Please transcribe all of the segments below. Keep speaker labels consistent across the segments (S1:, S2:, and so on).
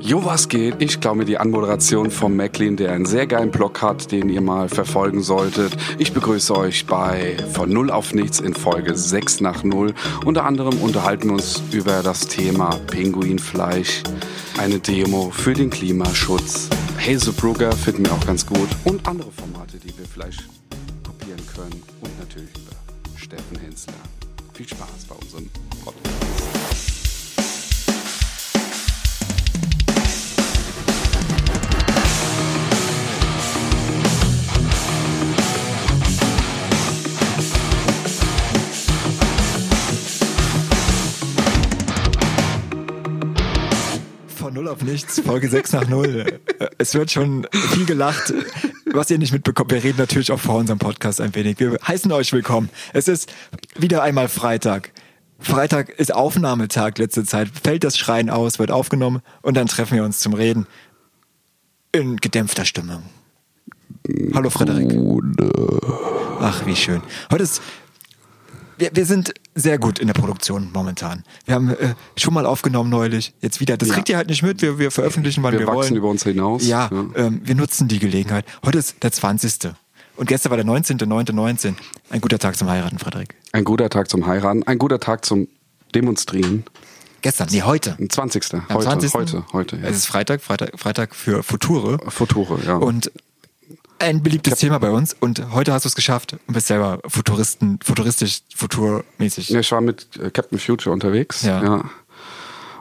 S1: Jo, was geht? Ich glaube die Anmoderation von Macklin, der einen sehr geilen Blog hat, den ihr mal verfolgen solltet. Ich begrüße euch bei Von Null auf Nichts in Folge 6 nach 0. Unter anderem unterhalten wir uns über das Thema Pinguinfleisch, eine Demo für den Klimaschutz. Hazel Brugger finden wir auch ganz gut und andere Formate, die wir vielleicht kopieren können und natürlich über Steffen Hensler. Viel Spaß bei unserem Podcast.
S2: von Null auf nichts, Folge 6 nach null. Es wird schon viel gelacht, was ihr nicht mitbekommt. Wir reden natürlich auch vor unserem Podcast ein wenig. Wir heißen euch willkommen. Es ist wieder einmal Freitag. Freitag ist Aufnahmetag letzte Zeit. Fällt das Schreien aus, wird aufgenommen und dann treffen wir uns zum Reden. In gedämpfter Stimmung. Hallo Frederik. Ach, wie schön. Heute ist wir, wir sind sehr gut in der Produktion momentan. Wir haben äh, schon mal aufgenommen neulich, jetzt wieder. Das
S1: Ja.
S2: kriegt ihr halt nicht mit. Wir, wir veröffentlichen, wann wir,
S1: Wir wachsen
S2: wollen.
S1: über uns hinaus.
S2: Ja,
S1: Ja.
S2: Ähm, wir nutzen die Gelegenheit. Heute ist der 20. Und gestern war der 19.9.19. Ein guter Tag zum Heiraten, Frederik.
S1: Ein guter Tag zum Heiraten, ein guter Tag zum Demonstrieren.
S2: Gestern, nee, heute.
S1: Ein 20.
S2: Am
S1: heute,
S2: 20.
S1: heute, heute. Ja.
S2: Es ist Freitag, Freitag, Freitag für Future.
S1: Futuro, ja.
S2: Und ein beliebtes Thema bei uns. Und heute hast du es geschafft und bist selber Futuristen, futuristisch, futurmäßig.
S1: Ja, ich war mit äh, Captain Future unterwegs.
S2: Ja.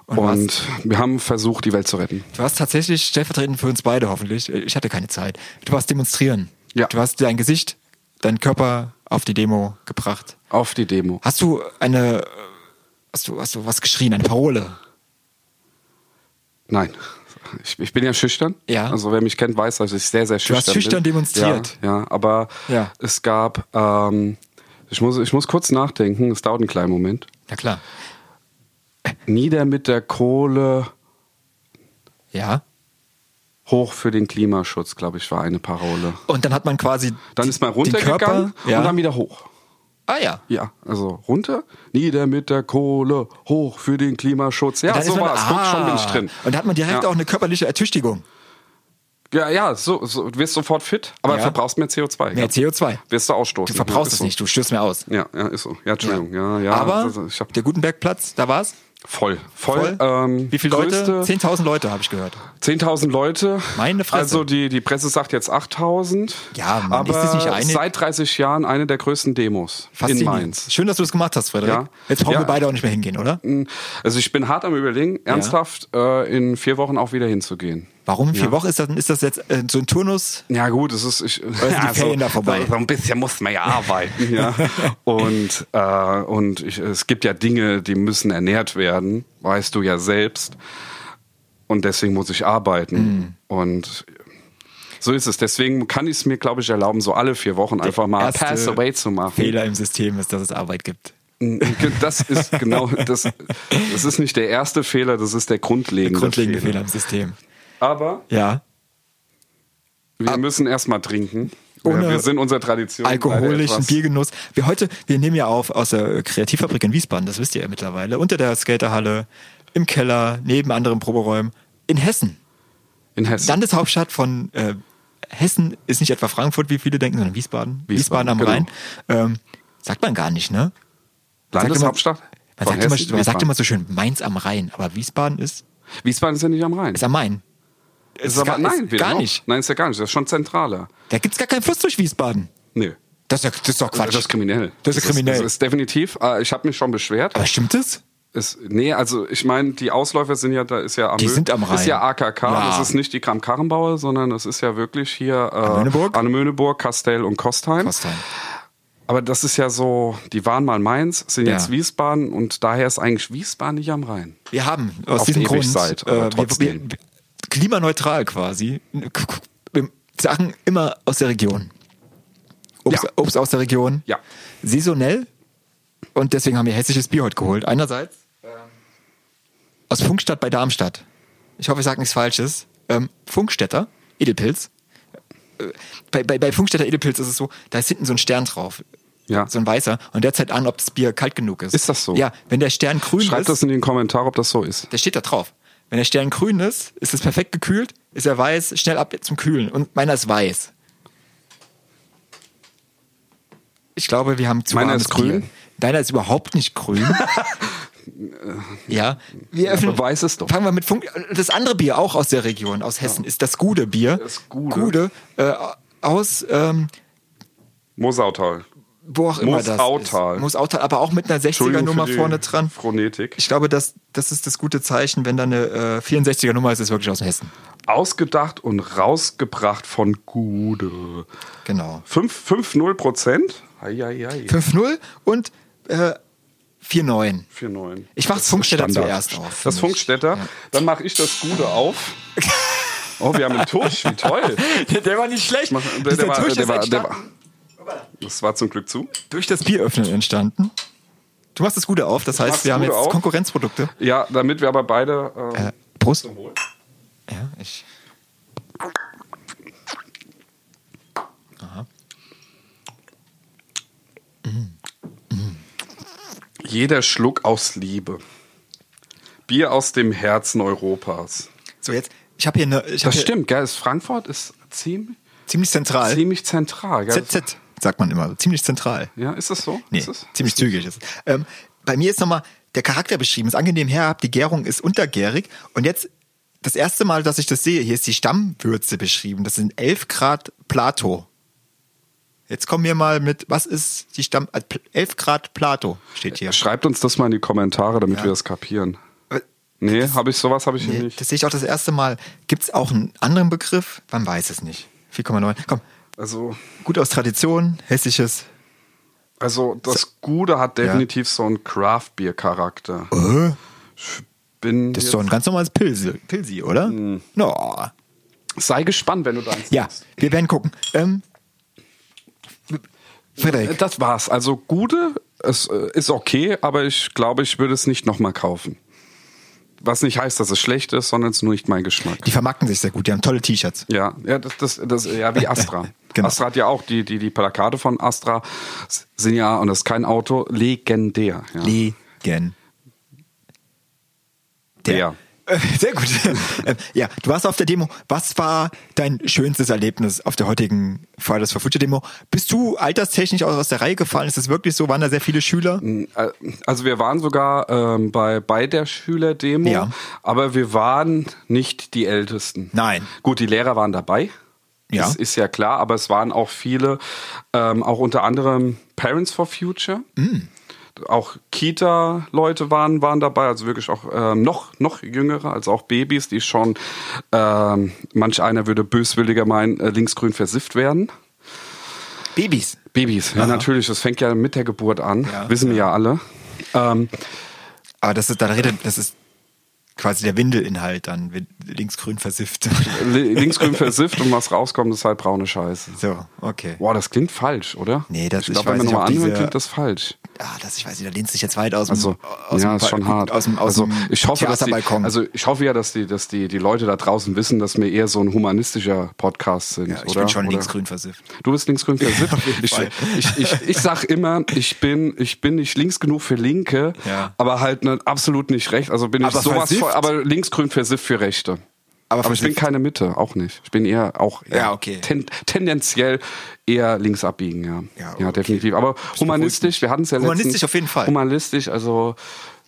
S1: Und, wir haben versucht, die Welt zu retten.
S2: Du warst tatsächlich stellvertretend für uns beide, hoffentlich. Ich hatte keine Zeit. Du warst demonstrieren.
S1: Ja.
S2: Du hast dein Gesicht, deinen Körper auf die Demo gebracht.
S1: Auf die Demo.
S2: Hast du eine. äh, Hast du, hast du was geschrien? Eine Parole?
S1: Nein. Ich, ich bin ja schüchtern.
S2: Ja.
S1: Also wer mich kennt, weiß, dass ich sehr, sehr schüchtern
S2: hast schüchtern
S1: bin.
S2: demonstriert.
S1: Ja, ja aber
S2: Ja.
S1: es gab, ähm, ich, muss, ich muss kurz nachdenken, es dauert einen kleinen Moment.
S2: Na klar.
S1: Nieder mit der Kohle,
S2: Ja.
S1: hoch für den Klimaschutz, glaube ich, war eine Parole.
S2: Und dann hat man quasi.
S1: Dann
S2: die-
S1: ist man
S2: den
S1: runtergegangen
S2: Körper, ja.
S1: und dann wieder hoch.
S2: Ah ja.
S1: Ja, also runter, nieder mit der Kohle, hoch für den Klimaschutz. Ja,
S2: Dann ist
S1: so
S2: man-
S1: war's. Guck, schon bin ich
S2: Ah.
S1: drin.
S2: Und da hat man direkt
S1: ja.
S2: auch eine körperliche Ertüchtigung.
S1: Ja, ja, so, so, du wirst sofort fit, aber
S2: Ja.
S1: verbrauchst mehr CO2.
S2: Mehr
S1: ja.
S2: CO2.
S1: Wirst du ausstoßen.
S2: Du verbrauchst
S1: ja, ist
S2: es nicht, du stößt mehr aus.
S1: So. Ja, ja, ist so. Ja, Entschuldigung. Ja, ja.
S2: Aber
S1: also ich hab
S2: der Gutenbergplatz, da war's.
S1: voll, voll. Ähm,
S2: Wie viele Leute?
S1: größte-
S2: 10.000 Leute, habe ich gehört.
S1: 10.000 Leute.
S2: Meine Fresse.
S1: Also die, die Presse sagt jetzt 8.000.
S2: Ja, Mann,
S1: aber
S2: ist das nicht eine-
S1: seit 30 Jahren eine der größten Demos in Mainz.
S2: Schön, dass du das gemacht hast, Frederik.
S1: Ja.
S2: Jetzt brauchen
S1: Ja.
S2: wir beide auch nicht mehr hingehen, oder?
S1: Also ich bin hart am überlegen, ernsthaft äh, in vier Wochen auch wieder hinzugehen.
S2: Warum? Vier Wochen ist das, ist das jetzt äh, so ein Turnus?
S1: Ja gut, es ist ich,
S2: die
S1: ja,
S2: Ferien da vorbei?
S1: So, so ein bisschen muss man ja arbeiten, ja. Und äh, und ich, es gibt ja Dinge, die müssen ernährt werden, weißt du ja selbst. Und deswegen muss ich
S2: Mhm.
S1: arbeiten. Und so ist es. Deswegen kann ich es mir, glaube ich, erlauben, so alle vier Wochen einfach mal
S2: erste
S1: Pass Away zu machen.
S2: Fehler im System ist, dass es Arbeit gibt.
S1: Das ist genau das. Das ist nicht der erste Fehler, das ist der grundlegende,
S2: Grundlegende
S1: Fehler.
S2: Fehler im System.
S1: Aber
S2: Ja.
S1: Wir müssen erstmal trinken.
S2: Ah. Ohne
S1: ja, wir sind unserer Tradition. leider
S2: Alkoholischen
S1: etwas-
S2: Biergenuss. Wir heute, wir nehmen ja auf aus der Kreativfabrik in Wiesbaden, das wisst ihr ja mittlerweile, unter der Skaterhalle, im Keller, neben anderen Proberäumen, in Hessen.
S1: In Hessen.
S2: Landeshauptstadt von äh, Hessen ist nicht etwa Frankfurt, wie viele denken, sondern Wiesbaden.
S1: Wiesbaden,
S2: Wiesbaden, am
S1: genau.
S2: Rhein. Ähm, sagt man gar nicht, ne? Sagt immer-
S1: Landeshauptstadt? von
S2: Man sagt, immer,
S1: Hessen?
S2: man sagt
S1: Wiesbaden.
S2: immer so schön Mainz am Rhein, aber Wiesbaden ist,
S1: Wiesbaden ist ja nicht am Rhein.
S2: ist am Main.
S1: Ist aber,
S2: gar-
S1: nein,
S2: ist
S1: wieder ne?
S2: gar
S1: noch.
S2: nicht.
S1: Nein, ist ja gar nicht. Das ist schon zentraler.
S2: Da gibt's gar keinen Fluss durch Wiesbaden.
S1: Nee.
S2: Das ist, ja- das ist doch Quatsch.
S1: Also Das ist kriminell.
S2: Das ist kriminell.
S1: Das ist definitiv. äh, Ich habe mich schon beschwert.
S2: aber stimmt das?
S1: Es, nee, also ich meine, die Ausläufer sind ja da, ist ja am
S2: Die sind am Rhein.
S1: Ist ja AKK.
S2: Ja.
S1: Das ist nicht die Kram Karrenbauer, sondern das ist ja wirklich hier äh,
S2: Annemeneburg?
S1: Annemeneburg, Kastell und Kostheim.
S2: Kostheim.
S1: Aber das ist ja so, die waren mal Mainz, sind
S2: Ja.
S1: jetzt Wiesbaden und daher ist eigentlich Wiesbaden nicht am Rhein.
S2: Wir haben aus
S1: Auf
S2: diesem
S1: ewig
S2: Grund äh,
S1: seid, aber trotzdem.
S2: wir, klimaneutral quasi Wir Sachen immer aus der Region. Obst,
S1: Ja.
S2: Obst aus der Region.
S1: Ja.
S2: Saisonell. Und deswegen haben wir hessisches Bier heute geholt. Einerseits ähm, aus Funkstadt bei Darmstadt. Ich hoffe, ich sage nichts Falsches. Ähm, Funkstädter, Edelpilz. Äh, Bei, bei, bei Funkstädter Edelpilz ist es so, da ist hinten so ein Stern drauf.
S1: Ja.
S2: So ein weißer. Und der zeigt an, ob das Bier kalt genug ist.
S1: Ist das so?
S2: Ja, wenn der Stern grün
S1: Schreibt
S2: ist.
S1: das in den Kommentar, ob das so ist.
S2: Der steht da drauf. Wenn Wenn der Stern grün ist, ist es perfekt gekühlt, ist er weiß, schnell ab zum Kühlen. Und meiner ist weiß. Ich glaube, wir haben zu
S1: Meiner
S2: warmes
S1: ist grün?
S2: Bier. Deiner ist überhaupt nicht grün. ja, wir öffnen.
S1: aber weiß es doch.
S2: Fangen wir mit Funk. Das andere Bier auch aus der Region, aus Hessen, ist das Gude Bier.
S1: Das Gude.
S2: äh, aus ähm,
S1: Mosautal.
S2: wo auch immer das
S1: Mosautal.
S2: ist. Mosautal, aber auch mit einer 60er
S1: Entschuldigung
S2: Nummer
S1: für die
S2: vorne dran.
S1: Phronetik.
S2: Ich glaube, das, das ist das gute Zeichen, wenn da eine äh, 64er Nummer ist, ist wirklich aus Hessen.
S1: Ausgedacht und rausgebracht von Gude.
S2: Genau.
S1: 5, 5,0 Prozent? Eieiei.
S2: 5-0 und äh, 4-9.
S1: 4,9.
S2: Ich mach's Funkstätter
S1: Standard.
S2: zuerst auf.
S1: Das
S2: finde ich.
S1: Funkstätter. Dann mache ich das Gude auf. Oh, wir haben einen Tusch, wie toll.
S2: Der war nicht schlecht.
S1: Der, der,
S2: Dieser
S1: war,
S2: Tusch
S1: der,
S2: ist
S1: war, der
S2: entstanden.
S1: war, das war zum Glück zu.
S2: durch das Bieröffnen entstanden. Du machst das Gute auf, das
S1: mach's
S2: heißt, wir haben
S1: Gute
S2: jetzt
S1: auf.
S2: Konkurrenzprodukte.
S1: Ja, damit wir aber beide. Äh,
S2: Äh, Prost.
S1: zum Wohl.
S2: Ja, ich.
S1: Jeder Schluck aus Liebe. Bier aus dem Herzen Europas.
S2: So, jetzt, ich habe hier eine. Ich hab
S1: Das
S2: hier
S1: stimmt, gell? Ist Frankfurt ist ziemlich,
S2: Ziemlich zentral.
S1: ziemlich zentral, gell?
S2: ZZ, sagt man immer. Ziemlich zentral.
S1: Ja, ist das so?
S2: Nee,
S1: Ist das?
S2: ziemlich zügig ist es. Ähm, bei mir ist nochmal der Charakter beschrieben. Ist angenehm herab, die Gärung ist untergärig. Und jetzt das erste Mal, dass ich das sehe, hier ist die Stammwürze beschrieben. Das sind 11 Grad Plato. Jetzt kommen wir mal mit, was ist die Stamm... äh, Pl- 11 Grad Plato steht hier.
S1: Schreibt uns das mal in die Kommentare, damit
S2: Ja.
S1: wir das kapieren.
S2: Äh,
S1: Nee, habe ich sowas habe ich
S2: Nee,
S1: nicht.
S2: Äh, das sehe ich auch das erste Mal. Gibt es auch einen anderen Begriff? Man weiß es nicht. 4,9. Komm,
S1: Also,
S2: gut aus Tradition, hessisches.
S1: also das Gute hat definitiv so einen Craft Beer Charakter.
S2: Äh,
S1: Bin
S2: das ist
S1: jetzt- Hm.
S2: doch ein ganz normales Pilsi, Pilsi oder? No.
S1: sei gespannt, wenn du da eins
S2: Ja,
S1: trinkst.
S2: wir werden gucken. Ähm, Frederik,
S1: Das war's. Also Gute, es äh, ist okay, aber ich glaube, ich würde es nicht nochmal kaufen. Was nicht heißt, dass es schlecht ist, sondern es ist nur nicht mein Geschmack.
S2: die vermarkten sich sehr gut, die haben tolle T-Shirts.
S1: Ja, ja, das, das, das, ja wie Astra.
S2: Genau.
S1: Astra hat ja auch die, die, die Plakate von Astra s- sind ja, und das ist kein Auto, legendär. Ja.
S2: Legen.
S1: Der.
S2: Äh, Sehr gut. Ähm, ja, du warst auf der Demo. Was war dein schönstes Erlebnis auf der heutigen Fridays for Future Demo? Bist du alterstechnisch auch aus der Reihe gefallen? Ist es wirklich so? Waren da sehr viele Schüler?
S1: Äh, Also wir waren sogar ähm, bei, bei der Schülerdemo,
S2: Ja.
S1: aber wir waren nicht die Ältesten.
S2: Nein.
S1: Gut, die Lehrer waren dabei.
S2: Ja.
S1: Das ist ja klar, aber es waren auch viele, ähm, auch unter anderem Parents for Future.
S2: Mm.
S1: Auch Kita-Leute waren, waren dabei, also wirklich auch ähm, noch, noch jüngere, also auch Babys, die schon, ähm, manch einer würde böswilliger meinen, äh, linksgrün versifft werden.
S2: Babys.
S1: Babys, ja, natürlich, das fängt ja mit der Geburt an,
S2: Ja.
S1: wissen wir ja alle. Ähm,
S2: Aber Ah, das ist, da redet, das ist quasi der Windelinhalt dann, wenn linksgrün versifft.
S1: li- linksgrün versifft und was rauskommt, ist halt braune Scheiße.
S2: So, okay.
S1: Boah, das klingt falsch, oder?
S2: Nee, das-
S1: ich glaube,
S2: ich
S1: wenn
S2: weiß
S1: man
S2: nicht,
S1: nochmal
S2: ob diese-
S1: anhört, klingt das falsch.
S2: Ah, das, ich weiß nicht, da lehnst du dich jetzt weit aus dem,
S1: Also,
S2: aus
S1: ja,
S2: dem
S1: ist schon
S2: Ba-
S1: hart.
S2: Aus dem, aus
S1: also,
S2: dem
S1: ich hoffe, dass die,
S2: Theaterbalkon.
S1: also ich hoffe ja, dass die, dass die, die Leute da draußen wissen, dass wir eher so ein humanistischer Podcast sind.
S2: ja, ich
S1: oder?
S2: bin schon
S1: oder?
S2: linksgrün versifft.
S1: Du bist linksgrün versifft.
S2: Auf jeden
S1: ich,
S2: Fall.
S1: ich, ich, ich sag immer, ich bin, ich bin nicht links genug für Linke,
S2: Ja.
S1: aber halt ne, absolut nicht rechts. Also bin
S2: Aber
S1: ich sowas
S2: versifft?
S1: voll, aber linksgrün versifft für Rechte.
S2: Aber
S1: ich bin
S2: versifft.
S1: keine Mitte, auch nicht. Ich bin eher auch eher
S2: Ja, okay.
S1: ten, tendenziell eher links abbiegen, ja.
S2: Ja,
S1: Ja,
S2: okay.
S1: definitiv. Aber humanistisch, wir hatten es ja letztens-
S2: Humanistisch auf jeden Fall.
S1: Humanistisch, also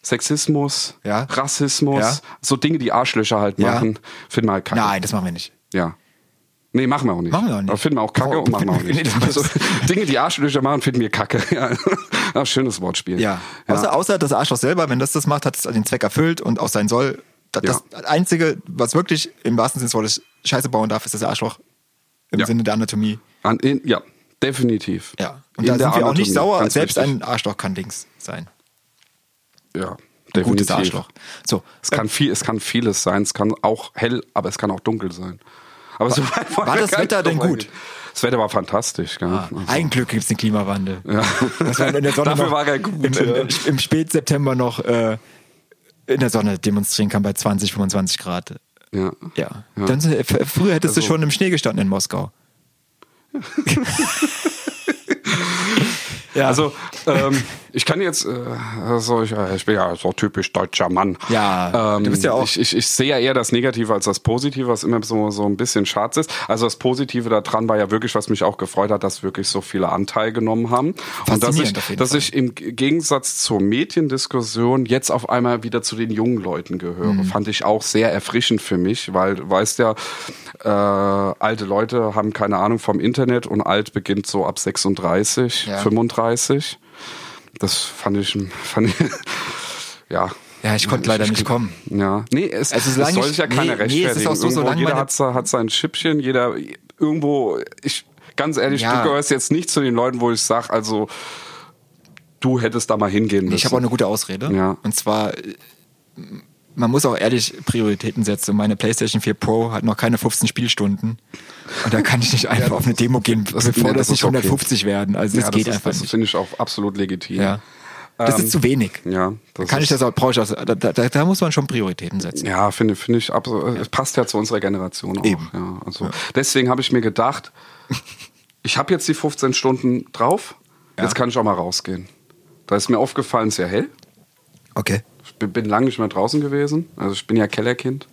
S1: Sexismus,
S2: Ja.
S1: Rassismus,
S2: Ja.
S1: so Dinge, die Arschlöcher halt
S2: Ja.
S1: machen, finden wir halt kacke.
S2: Nein, das machen wir nicht.
S1: Ja. Nee, machen wir auch nicht.
S2: Machen wir auch nicht.
S1: Aber finden wir auch Kacke
S2: Oh,
S1: und machen wir auch
S2: nee,
S1: nicht.
S2: das-
S1: also, Dinge, die Arschlöcher machen, finden wir Kacke. Ja. Ach, schönes Wortspiel.
S2: Ja. Außer, außer das Arschloch selber, wenn das das macht, hat es den Zweck erfüllt und auch sein soll. Das,
S1: Ja.
S2: das Einzige, was wirklich im wahrsten Sinne des Wortes Scheiße bauen darf, ist das Arschloch im
S1: Ja.
S2: Sinne der Anatomie.
S1: An, in, ja, definitiv.
S2: Ja. Und
S1: In
S2: da
S1: der
S2: sind wir auch nicht
S1: Anatomie,
S2: sauer.
S1: ganz
S2: Selbst
S1: wichtig.
S2: ein Arschloch kann links sein.
S1: ja,
S2: Ein
S1: definitiv. Äh,
S2: gutes Arschloch. So.
S1: Es kann, viel, es kann vieles sein. Es kann auch hell, aber es kann auch dunkel sein. Aber so weit wollen
S2: war
S1: wir
S2: das
S1: gar nicht
S2: Wetter denn
S1: drauf
S2: gut?
S1: eingehen. Das Wetter war fantastisch. Gell?
S2: Ah, Ein Glück gibt es den Klimawandel. Dass man in der Sonne
S1: Dafür
S2: noch
S1: war er gut,
S2: Im, im,
S1: ja.
S2: im, im Spätseptember noch äh, in der Sonne demonstrieren kann bei 20, 25 Grad.
S1: Ja.
S2: Ja.
S1: Ja.
S2: Dann, äh, f- früher hättest du
S1: Also-
S2: schon im Schnee gestanden in Moskau. ja.
S1: Also, ähm, Ich kann jetzt, äh, also ich, äh, ich bin ja so typisch deutscher Mann.
S2: Ja,
S1: ähm,
S2: du bist ja auch-
S1: Ich, ich, ich sehe ja eher das Negative als das Positive, was immer so, so ein bisschen schad ist. Also das Positive daran war ja wirklich, was mich auch gefreut hat, dass wirklich so viele Anteil genommen haben. Und dass
S2: Faszinierend
S1: ich,
S2: auf jeden
S1: dass
S2: Fall.
S1: ich im Gegensatz zur Mediendiskussion jetzt auf einmal wieder zu den jungen Leuten gehöre.
S2: Mhm.
S1: Fand ich auch sehr erfrischend für mich, weil du weißt ja, äh, alte Leute haben keine Ahnung vom Internet und alt beginnt so ab 36,
S2: Ja.
S1: 35. Das fand ich, fand ich ja.
S2: Ja, ich konnte leider nicht kommen.
S1: Ja, nee, es,
S2: Also
S1: es
S2: solange
S1: soll
S2: ich-
S1: sich ja keiner
S2: nee, nee,
S1: rechtfertigen.
S2: es ist auch so,
S1: irgendwo,
S2: solange
S1: jeder
S2: meine-
S1: hat, se- hat sein Schippchen, jeder irgendwo, ich ganz ehrlich,
S2: Ja.
S1: du gehörst jetzt nicht zu den Leuten, wo ich sage, also du hättest da mal hingehen müssen.
S2: Ich habe auch eine gute Ausrede.
S1: Ja.
S2: Und zwar, äh, man muss auch ehrlich Prioritäten setzen. Meine PlayStation 4 Pro hat noch keine 15 Spielstunden. Und da kann ich nicht einfach auf eine Demo gehen, bevor
S1: nee,
S2: das,
S1: das
S2: nicht
S1: ist okay.
S2: 150 werden. Also
S1: ja,
S2: das
S1: das
S2: geht
S1: ist,
S2: einfach
S1: Das
S2: nicht.
S1: finde ich auch absolut legitim.
S2: Ja. Das ist zu wenig.
S1: Ja,
S2: Da
S1: Ähm, das
S2: kann ich
S1: ist-
S2: das auch, brauche ich das, da, da, da muss man schon Prioritäten setzen.
S1: Ja, finde finde ich absolut. Es passt ja zu unserer Generation auch.
S2: Eben.
S1: Ja, also deswegen habe ich mir gedacht, ich habe jetzt die 15 Stunden drauf.
S2: Ja.
S1: Jetzt kann ich auch mal rausgehen. Da ist mir aufgefallen, es ist ja hell.
S2: Okay.
S1: Ich bin, bin lange nicht mehr draußen gewesen. Also ich bin ja Kellerkind.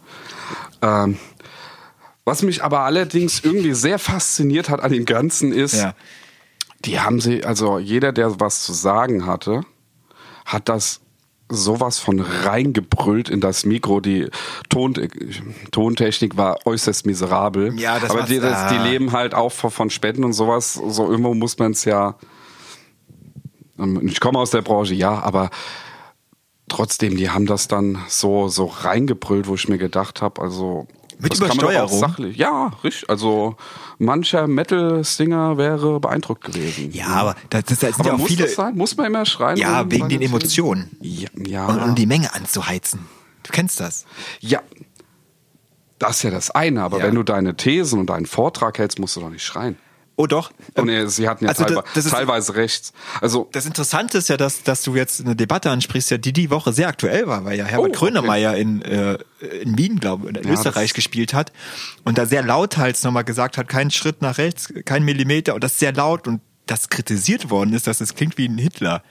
S1: Ähm, was mich aber allerdings irgendwie sehr fasziniert hat an dem Ganzen ist,
S2: Ja.
S1: die haben sie, also jeder, der was zu sagen hatte, hat das sowas von reingebrüllt in das Mikro. Die Ton, Tontechnik war äußerst miserabel.
S2: Ja, das
S1: Aber
S2: macht's-
S1: die, das, die
S2: ah.
S1: leben halt auch von, von Spenden und sowas. So irgendwo muss man es ja. Ich komme aus der Branche, ja, aber trotzdem, die haben das dann so, so reingebrüllt, wo ich mir gedacht habe, also.
S2: Mit
S1: das kann man doch auch
S2: Übersteuerung?
S1: sachlich. Ja, richtig. Also mancher Metal-Singer wäre beeindruckt gewesen.
S2: Ja, aber das, das, das sind
S1: Aber
S2: ja auch
S1: muss
S2: viele.
S1: das sein? Muss man immer schreien?
S2: Ja,
S1: um-
S2: wegen den Emotionen.
S1: Ja, ja.
S2: Und um die Menge anzuheizen. Du kennst das.
S1: ja. Das ist ja das eine, aber
S2: Ja.
S1: wenn du deine Thesen und deinen Vortrag hältst, musst du doch nicht schreien.
S2: Oh doch.
S1: Und äh, sie hatten ja
S2: also das-
S1: teilweise,
S2: das ist-
S1: teilweise recht. Also,
S2: Das Interessante ist ja, dass, dass du jetzt eine Debatte ansprichst, ja, die die Woche sehr aktuell war, weil ja Herbert
S1: Oh, okay.
S2: Grönemeyer in, äh, in Wien, glaube ich, in Österreich
S1: das-
S2: gespielt hat und da sehr lauthals nochmal gesagt hat, keinen Schritt nach rechts, kein Millimeter und das sehr laut und das kritisiert worden ist, dass es klingt wie ein Hitler.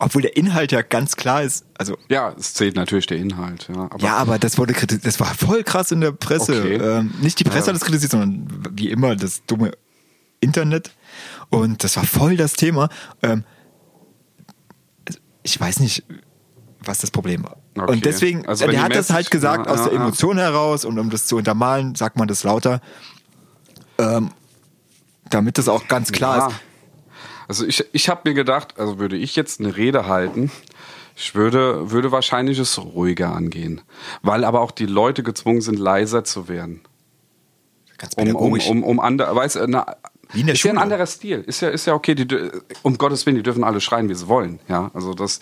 S2: Obwohl der Inhalt ja ganz klar ist. Also,
S1: ja, es zählt natürlich der Inhalt. Ja, aber,
S2: ja, aber das wurde kritisiert, das war voll krass in der Presse.
S1: Okay.
S2: Ähm, nicht die
S1: Ja.
S2: Presse hat das kritisiert, sondern wie immer das dumme Internet. Und das war voll das Thema. Ähm, also ich weiß nicht, was das Problem war.
S1: Okay.
S2: Und deswegen,
S1: Also wenn
S2: der
S1: die
S2: hat das
S1: Message-
S2: halt gesagt
S1: ja,
S2: aus
S1: ja,
S2: der
S1: ja.
S2: Emotion heraus und um das zu untermalen, sagt man das lauter. Ähm, damit das auch ganz klar
S1: Ja.
S2: ist.
S1: Also ich, ich habe mir gedacht, also würde ich jetzt eine Rede halten, ich würde, würde wahrscheinlich es ruhiger angehen. Weil aber auch die Leute gezwungen sind, leiser zu werden.
S2: Ganz
S1: Um, um,
S2: pädagogisch.
S1: um, um andere, weiß, na,
S2: Wie in der
S1: ist
S2: Schule.
S1: ja ein anderer Stil. Ist ja, ist ja okay, die, dür- um Gottes Willen, die dürfen alle schreien, wie sie wollen. Ja, also das,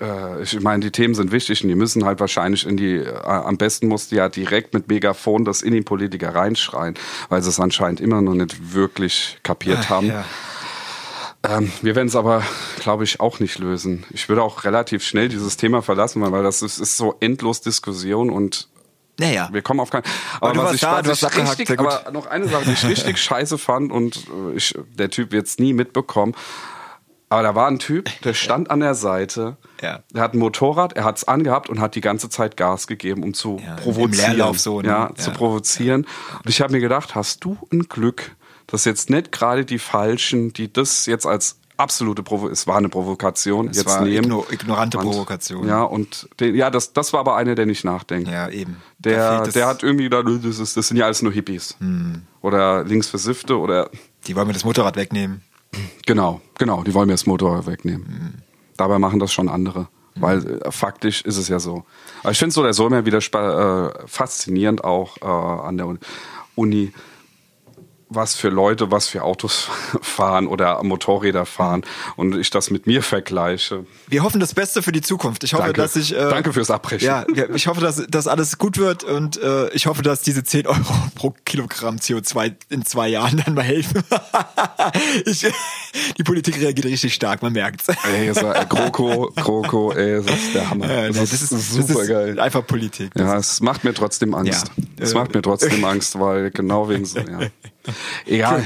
S1: äh, ich meine, die Themen sind wichtig und die müssen halt wahrscheinlich in die, äh, am besten musst du ja direkt mit Megafon das in die Politiker reinschreien, weil sie es anscheinend immer noch nicht wirklich kapiert
S2: Ah,
S1: haben.
S2: ja.
S1: Ähm, wir werden es aber, glaube ich, auch nicht lösen. Ich würde auch relativ schnell dieses Thema verlassen, weil weil das ist, ist so endlos Diskussion und
S2: Naja.
S1: wir kommen auf keinen.
S2: Aber du warst da, du hast abgehakt,
S1: richtig,
S2: sehr gut.
S1: aber noch eine Sache, die ich richtig scheiße fand und äh, ich, der Typ wird es nie mitbekommen. Aber da war ein Typ, der stand an der Seite,
S2: Ja.
S1: der hat ein Motorrad, er hat es angehabt und hat die ganze Zeit Gas gegeben, um zu
S2: Ja, im
S1: provozieren.
S2: Leerlauf so, ne?
S1: ja,
S2: Ja.
S1: zu provozieren. Und ich habe mir gedacht, hast du ein Glück, dass jetzt nicht gerade die Falschen, die das jetzt als absolute Provo es war eine Provokation, jetzt
S2: war
S1: nehmen.
S2: igno- ignorante
S1: Und-
S2: Provokation.
S1: Ja, und den, ja, das, das war aber einer, der nicht nachdenkt.
S2: Ja, eben. Da
S1: Der,
S2: fehlt es- Hm.
S1: der hat irgendwie gedacht, "Nö, das, ist, das sind ja alles nur Hippies. Oder Linksversiffte oder.
S2: Die wollen mir das Motorrad wegnehmen.
S1: Genau, genau, die wollen mir das Motor wegnehmen.
S2: Hm.
S1: Dabei machen das schon andere. Weil äh, faktisch ist es ja so. Aber ich finde es so oder so immer wieder spa- äh, faszinierend auch äh, an der Uni- Uni, was für Leute, was für Autos fahren oder Motorräder fahren und ich das mit mir vergleiche.
S2: Wir hoffen das Beste für die Zukunft. Ich hoffe,
S1: Danke.
S2: dass ich. äh,
S1: Danke fürs Abbrechen.
S2: Ja, wir- ich hoffe, dass, dass alles gut wird und äh, ich hoffe, dass diese 10 Euro pro Kilogramm CO2 in zwei Jahren dann mal helfen. ich, die Politik reagiert richtig stark, man merkt's.
S1: Ey, ist, äh, Kroko, Kroko, ey, das ist der Hammer.
S2: Äh,
S1: das,
S2: nee,
S1: ist,
S2: das
S1: super geil.
S2: ist einfach Politik.
S1: Ja, es macht mir trotzdem Angst.
S2: Ja.
S1: Es
S2: Äh,
S1: macht mir trotzdem Angst, weil genau wegen so, ja. Egal.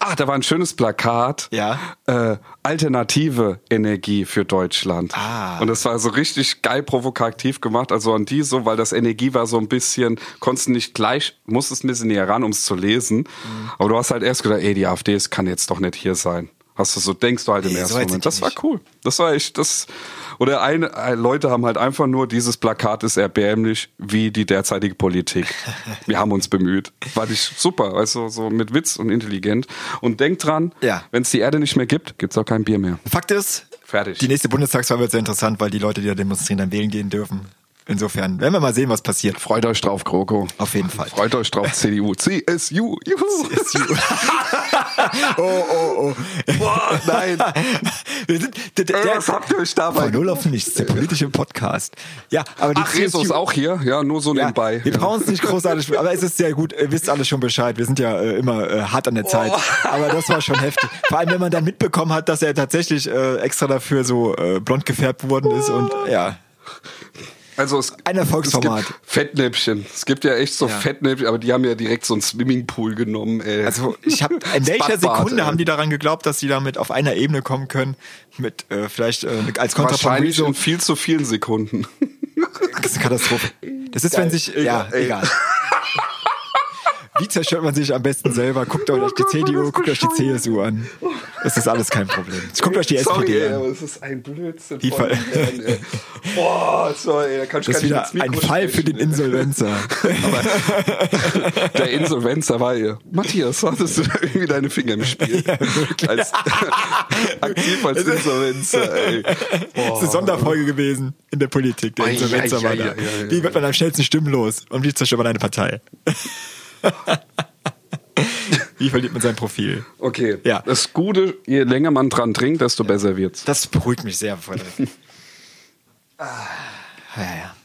S1: Ach, da war ein schönes Plakat.
S2: Ja.
S1: Äh, alternative Energie für Deutschland.
S2: Ah.
S1: Und das war so richtig geil provokativ gemacht. Also an die so, weil das Energie war so ein bisschen, konntest nicht gleich, musstest ein bisschen näher ran, um es zu lesen.
S2: Mhm.
S1: Aber du hast halt erst gedacht, ey, die AfD es kann jetzt doch nicht hier sein. Hast du so, denkst du halt im
S2: Nee, so
S1: ersten
S2: weit
S1: Moment.
S2: sind die
S1: Das war
S2: nicht.
S1: cool. Das war echt, das, oder eine, äh, Leute haben halt einfach nur, dieses Plakat ist erbärmlich wie die derzeitige Politik. Wir haben uns bemüht. War ich super, also so mit Witz und intelligent. Und denk dran,
S2: Ja.
S1: wenn es die Erde nicht mehr gibt, gibt's auch kein Bier mehr.
S2: Fakt ist,
S1: Fertig.
S2: die nächste Bundestagswahl wird sehr interessant, weil die Leute, die da demonstrieren, dann wählen gehen dürfen. Insofern werden wir mal sehen, was passiert.
S1: Freut euch drauf, Kroko.
S2: Auf jeden Fall.
S1: Freut euch drauf, CDU. CSU. Juhu.
S2: Oh, oh, oh.
S1: Boah, nein. Äh,
S2: Wir sind, der, der, der,
S1: Was habt ihr euch dabei?
S2: von null auf nichts, der politische Podcast. Ja, aber die
S1: Ach, Jesus auch hier. Ja, nur so
S2: Ja,
S1: nebenbei.
S2: wir
S1: ja.
S2: brauchen es nicht großartig, aber es ist sehr gut. Ihr wisst alle schon Bescheid. Wir sind ja äh, immer äh, hart an
S1: Oh.
S2: der Zeit. Aber das war schon heftig. Vor allem, wenn man dann mitbekommen hat, dass er tatsächlich äh, extra dafür so äh, blond gefärbt worden ist und ja.
S1: Also es,
S2: Ein Erfolgsformat.
S1: Es gibt Fettnäpfchen. Es gibt ja echt so
S2: Ja.
S1: Fettnäpfchen, aber die haben ja direkt so einen Swimmingpool genommen. Ey.
S2: Also ich habe in
S1: Das
S2: welcher
S1: Badbad,
S2: Sekunde
S1: ey.
S2: haben die daran geglaubt, dass sie damit auf einer Ebene kommen können mit äh, vielleicht äh, als Kontra von
S1: wahrscheinlich
S2: Rezo.
S1: in viel zu vielen Sekunden.
S2: Das ist eine Katastrophe. Das ist, wenn sich ja
S1: Egal, ey.
S2: egal. Wie zerstört man sich am besten selber? Guckt euch die CDU, guckt euch die CSU an. Es ist alles kein Problem. Guckt euch die
S1: Sorry,
S2: SPD
S1: ey,
S2: an.
S1: aber es ist ein Blödsinn.
S2: Die
S1: von
S2: Ver-
S1: den Herren, ey. Boah, sorry, ey, da kann ich
S2: Das
S1: gar nicht
S2: ist wieder
S1: ins
S2: ein
S1: Mikro
S2: Fall für
S1: sprechen,
S2: den
S1: ey.
S2: Insolvenzer.
S1: Aber der Insolvenzer war ihr. Matthias, hattest du da irgendwie deine Finger im Spiel? als, aktiv als Insolvenzer, ey.
S2: Das ist eine Sonderfolge gewesen in der Politik. Der
S1: Ei,
S2: Insolvenzer
S1: ei,
S2: war
S1: ei,
S2: da.
S1: ei, ei, ei.
S2: Wie wird man am schnellsten stimmlos? Und wie zerstört man eine Partei? Wie verliert man sein Profil?
S1: Okay,
S2: Ja.
S1: das Gute, je länger man dran trinkt, desto besser wird's.
S2: Das beruhigt mich sehr, Frederik. Ah, ja, ja.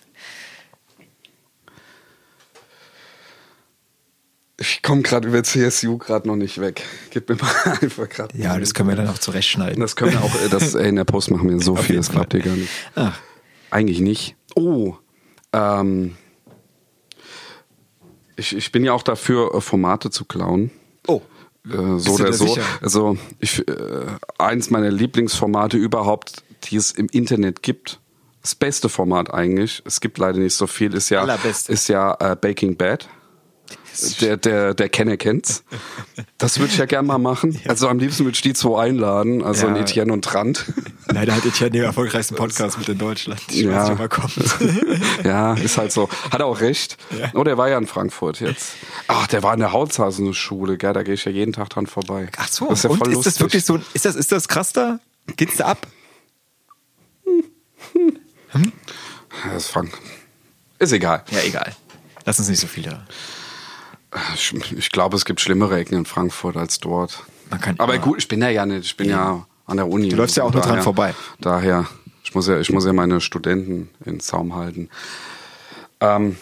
S1: Ich komme gerade über CSU gerade noch nicht weg. Gib mir mal einfach gerade.
S2: Ja, das können wir dann auch zurechtschneiden.
S1: Das können wir auch, äh, das ey, in der Post machen wir so
S2: Auf
S1: viel,
S2: jeden
S1: das klappt
S2: Fall.
S1: dir gar nicht.
S2: Ach.
S1: Eigentlich nicht. Oh, ähm, ich, ich bin ja auch dafür, äh, Formate zu klauen.
S2: Oh.
S1: Äh, so
S2: Bist du
S1: oder
S2: dir
S1: so.
S2: sicher?
S1: Also ich, äh, eins meiner Lieblingsformate überhaupt, die es im Internet gibt. Das beste Format eigentlich. Es gibt leider nicht so viel. Ist ja,
S2: Allerbeste.
S1: ist ja äh, Baking Bad. Der, der, der Kenner kennt's. Das würde ich ja gern mal machen. Also am liebsten würde ich die zwei einladen, also
S2: Ja.
S1: Etienne und Trant.
S2: Leider hat Etienne den erfolgreichsten Podcast mit in Deutschland. Ich
S1: Ja.
S2: weiß nicht, ob er kommt.
S1: ja, ist halt so. Hat er auch recht.
S2: Ja.
S1: Oh, der war ja in Frankfurt jetzt. Ach, der war in der Holzhausen-Schule, gell? Da gehe ich ja jeden Tag dran vorbei.
S2: Ach so,
S1: das ist ja
S2: und
S1: voll
S2: ist
S1: lustig.
S2: das wirklich so, ein- ist das, ist das krass da? Geht's da ab?
S1: Ja, Das ist Frank. Ist egal.
S2: Ja, egal. Lass uns nicht so viel da.
S1: Ich, ich glaube, es gibt schlimmere Ecken in Frankfurt als dort.
S2: Man kann
S1: Aber
S2: immer-
S1: gut, ich bin ja ja nicht. Ich bin ja an der Uni. Du
S2: läufst ja auch nur dran vorbei.
S1: Daher, ich muss ja, ich muss ja meine Studenten in Zaum halten. Ähm,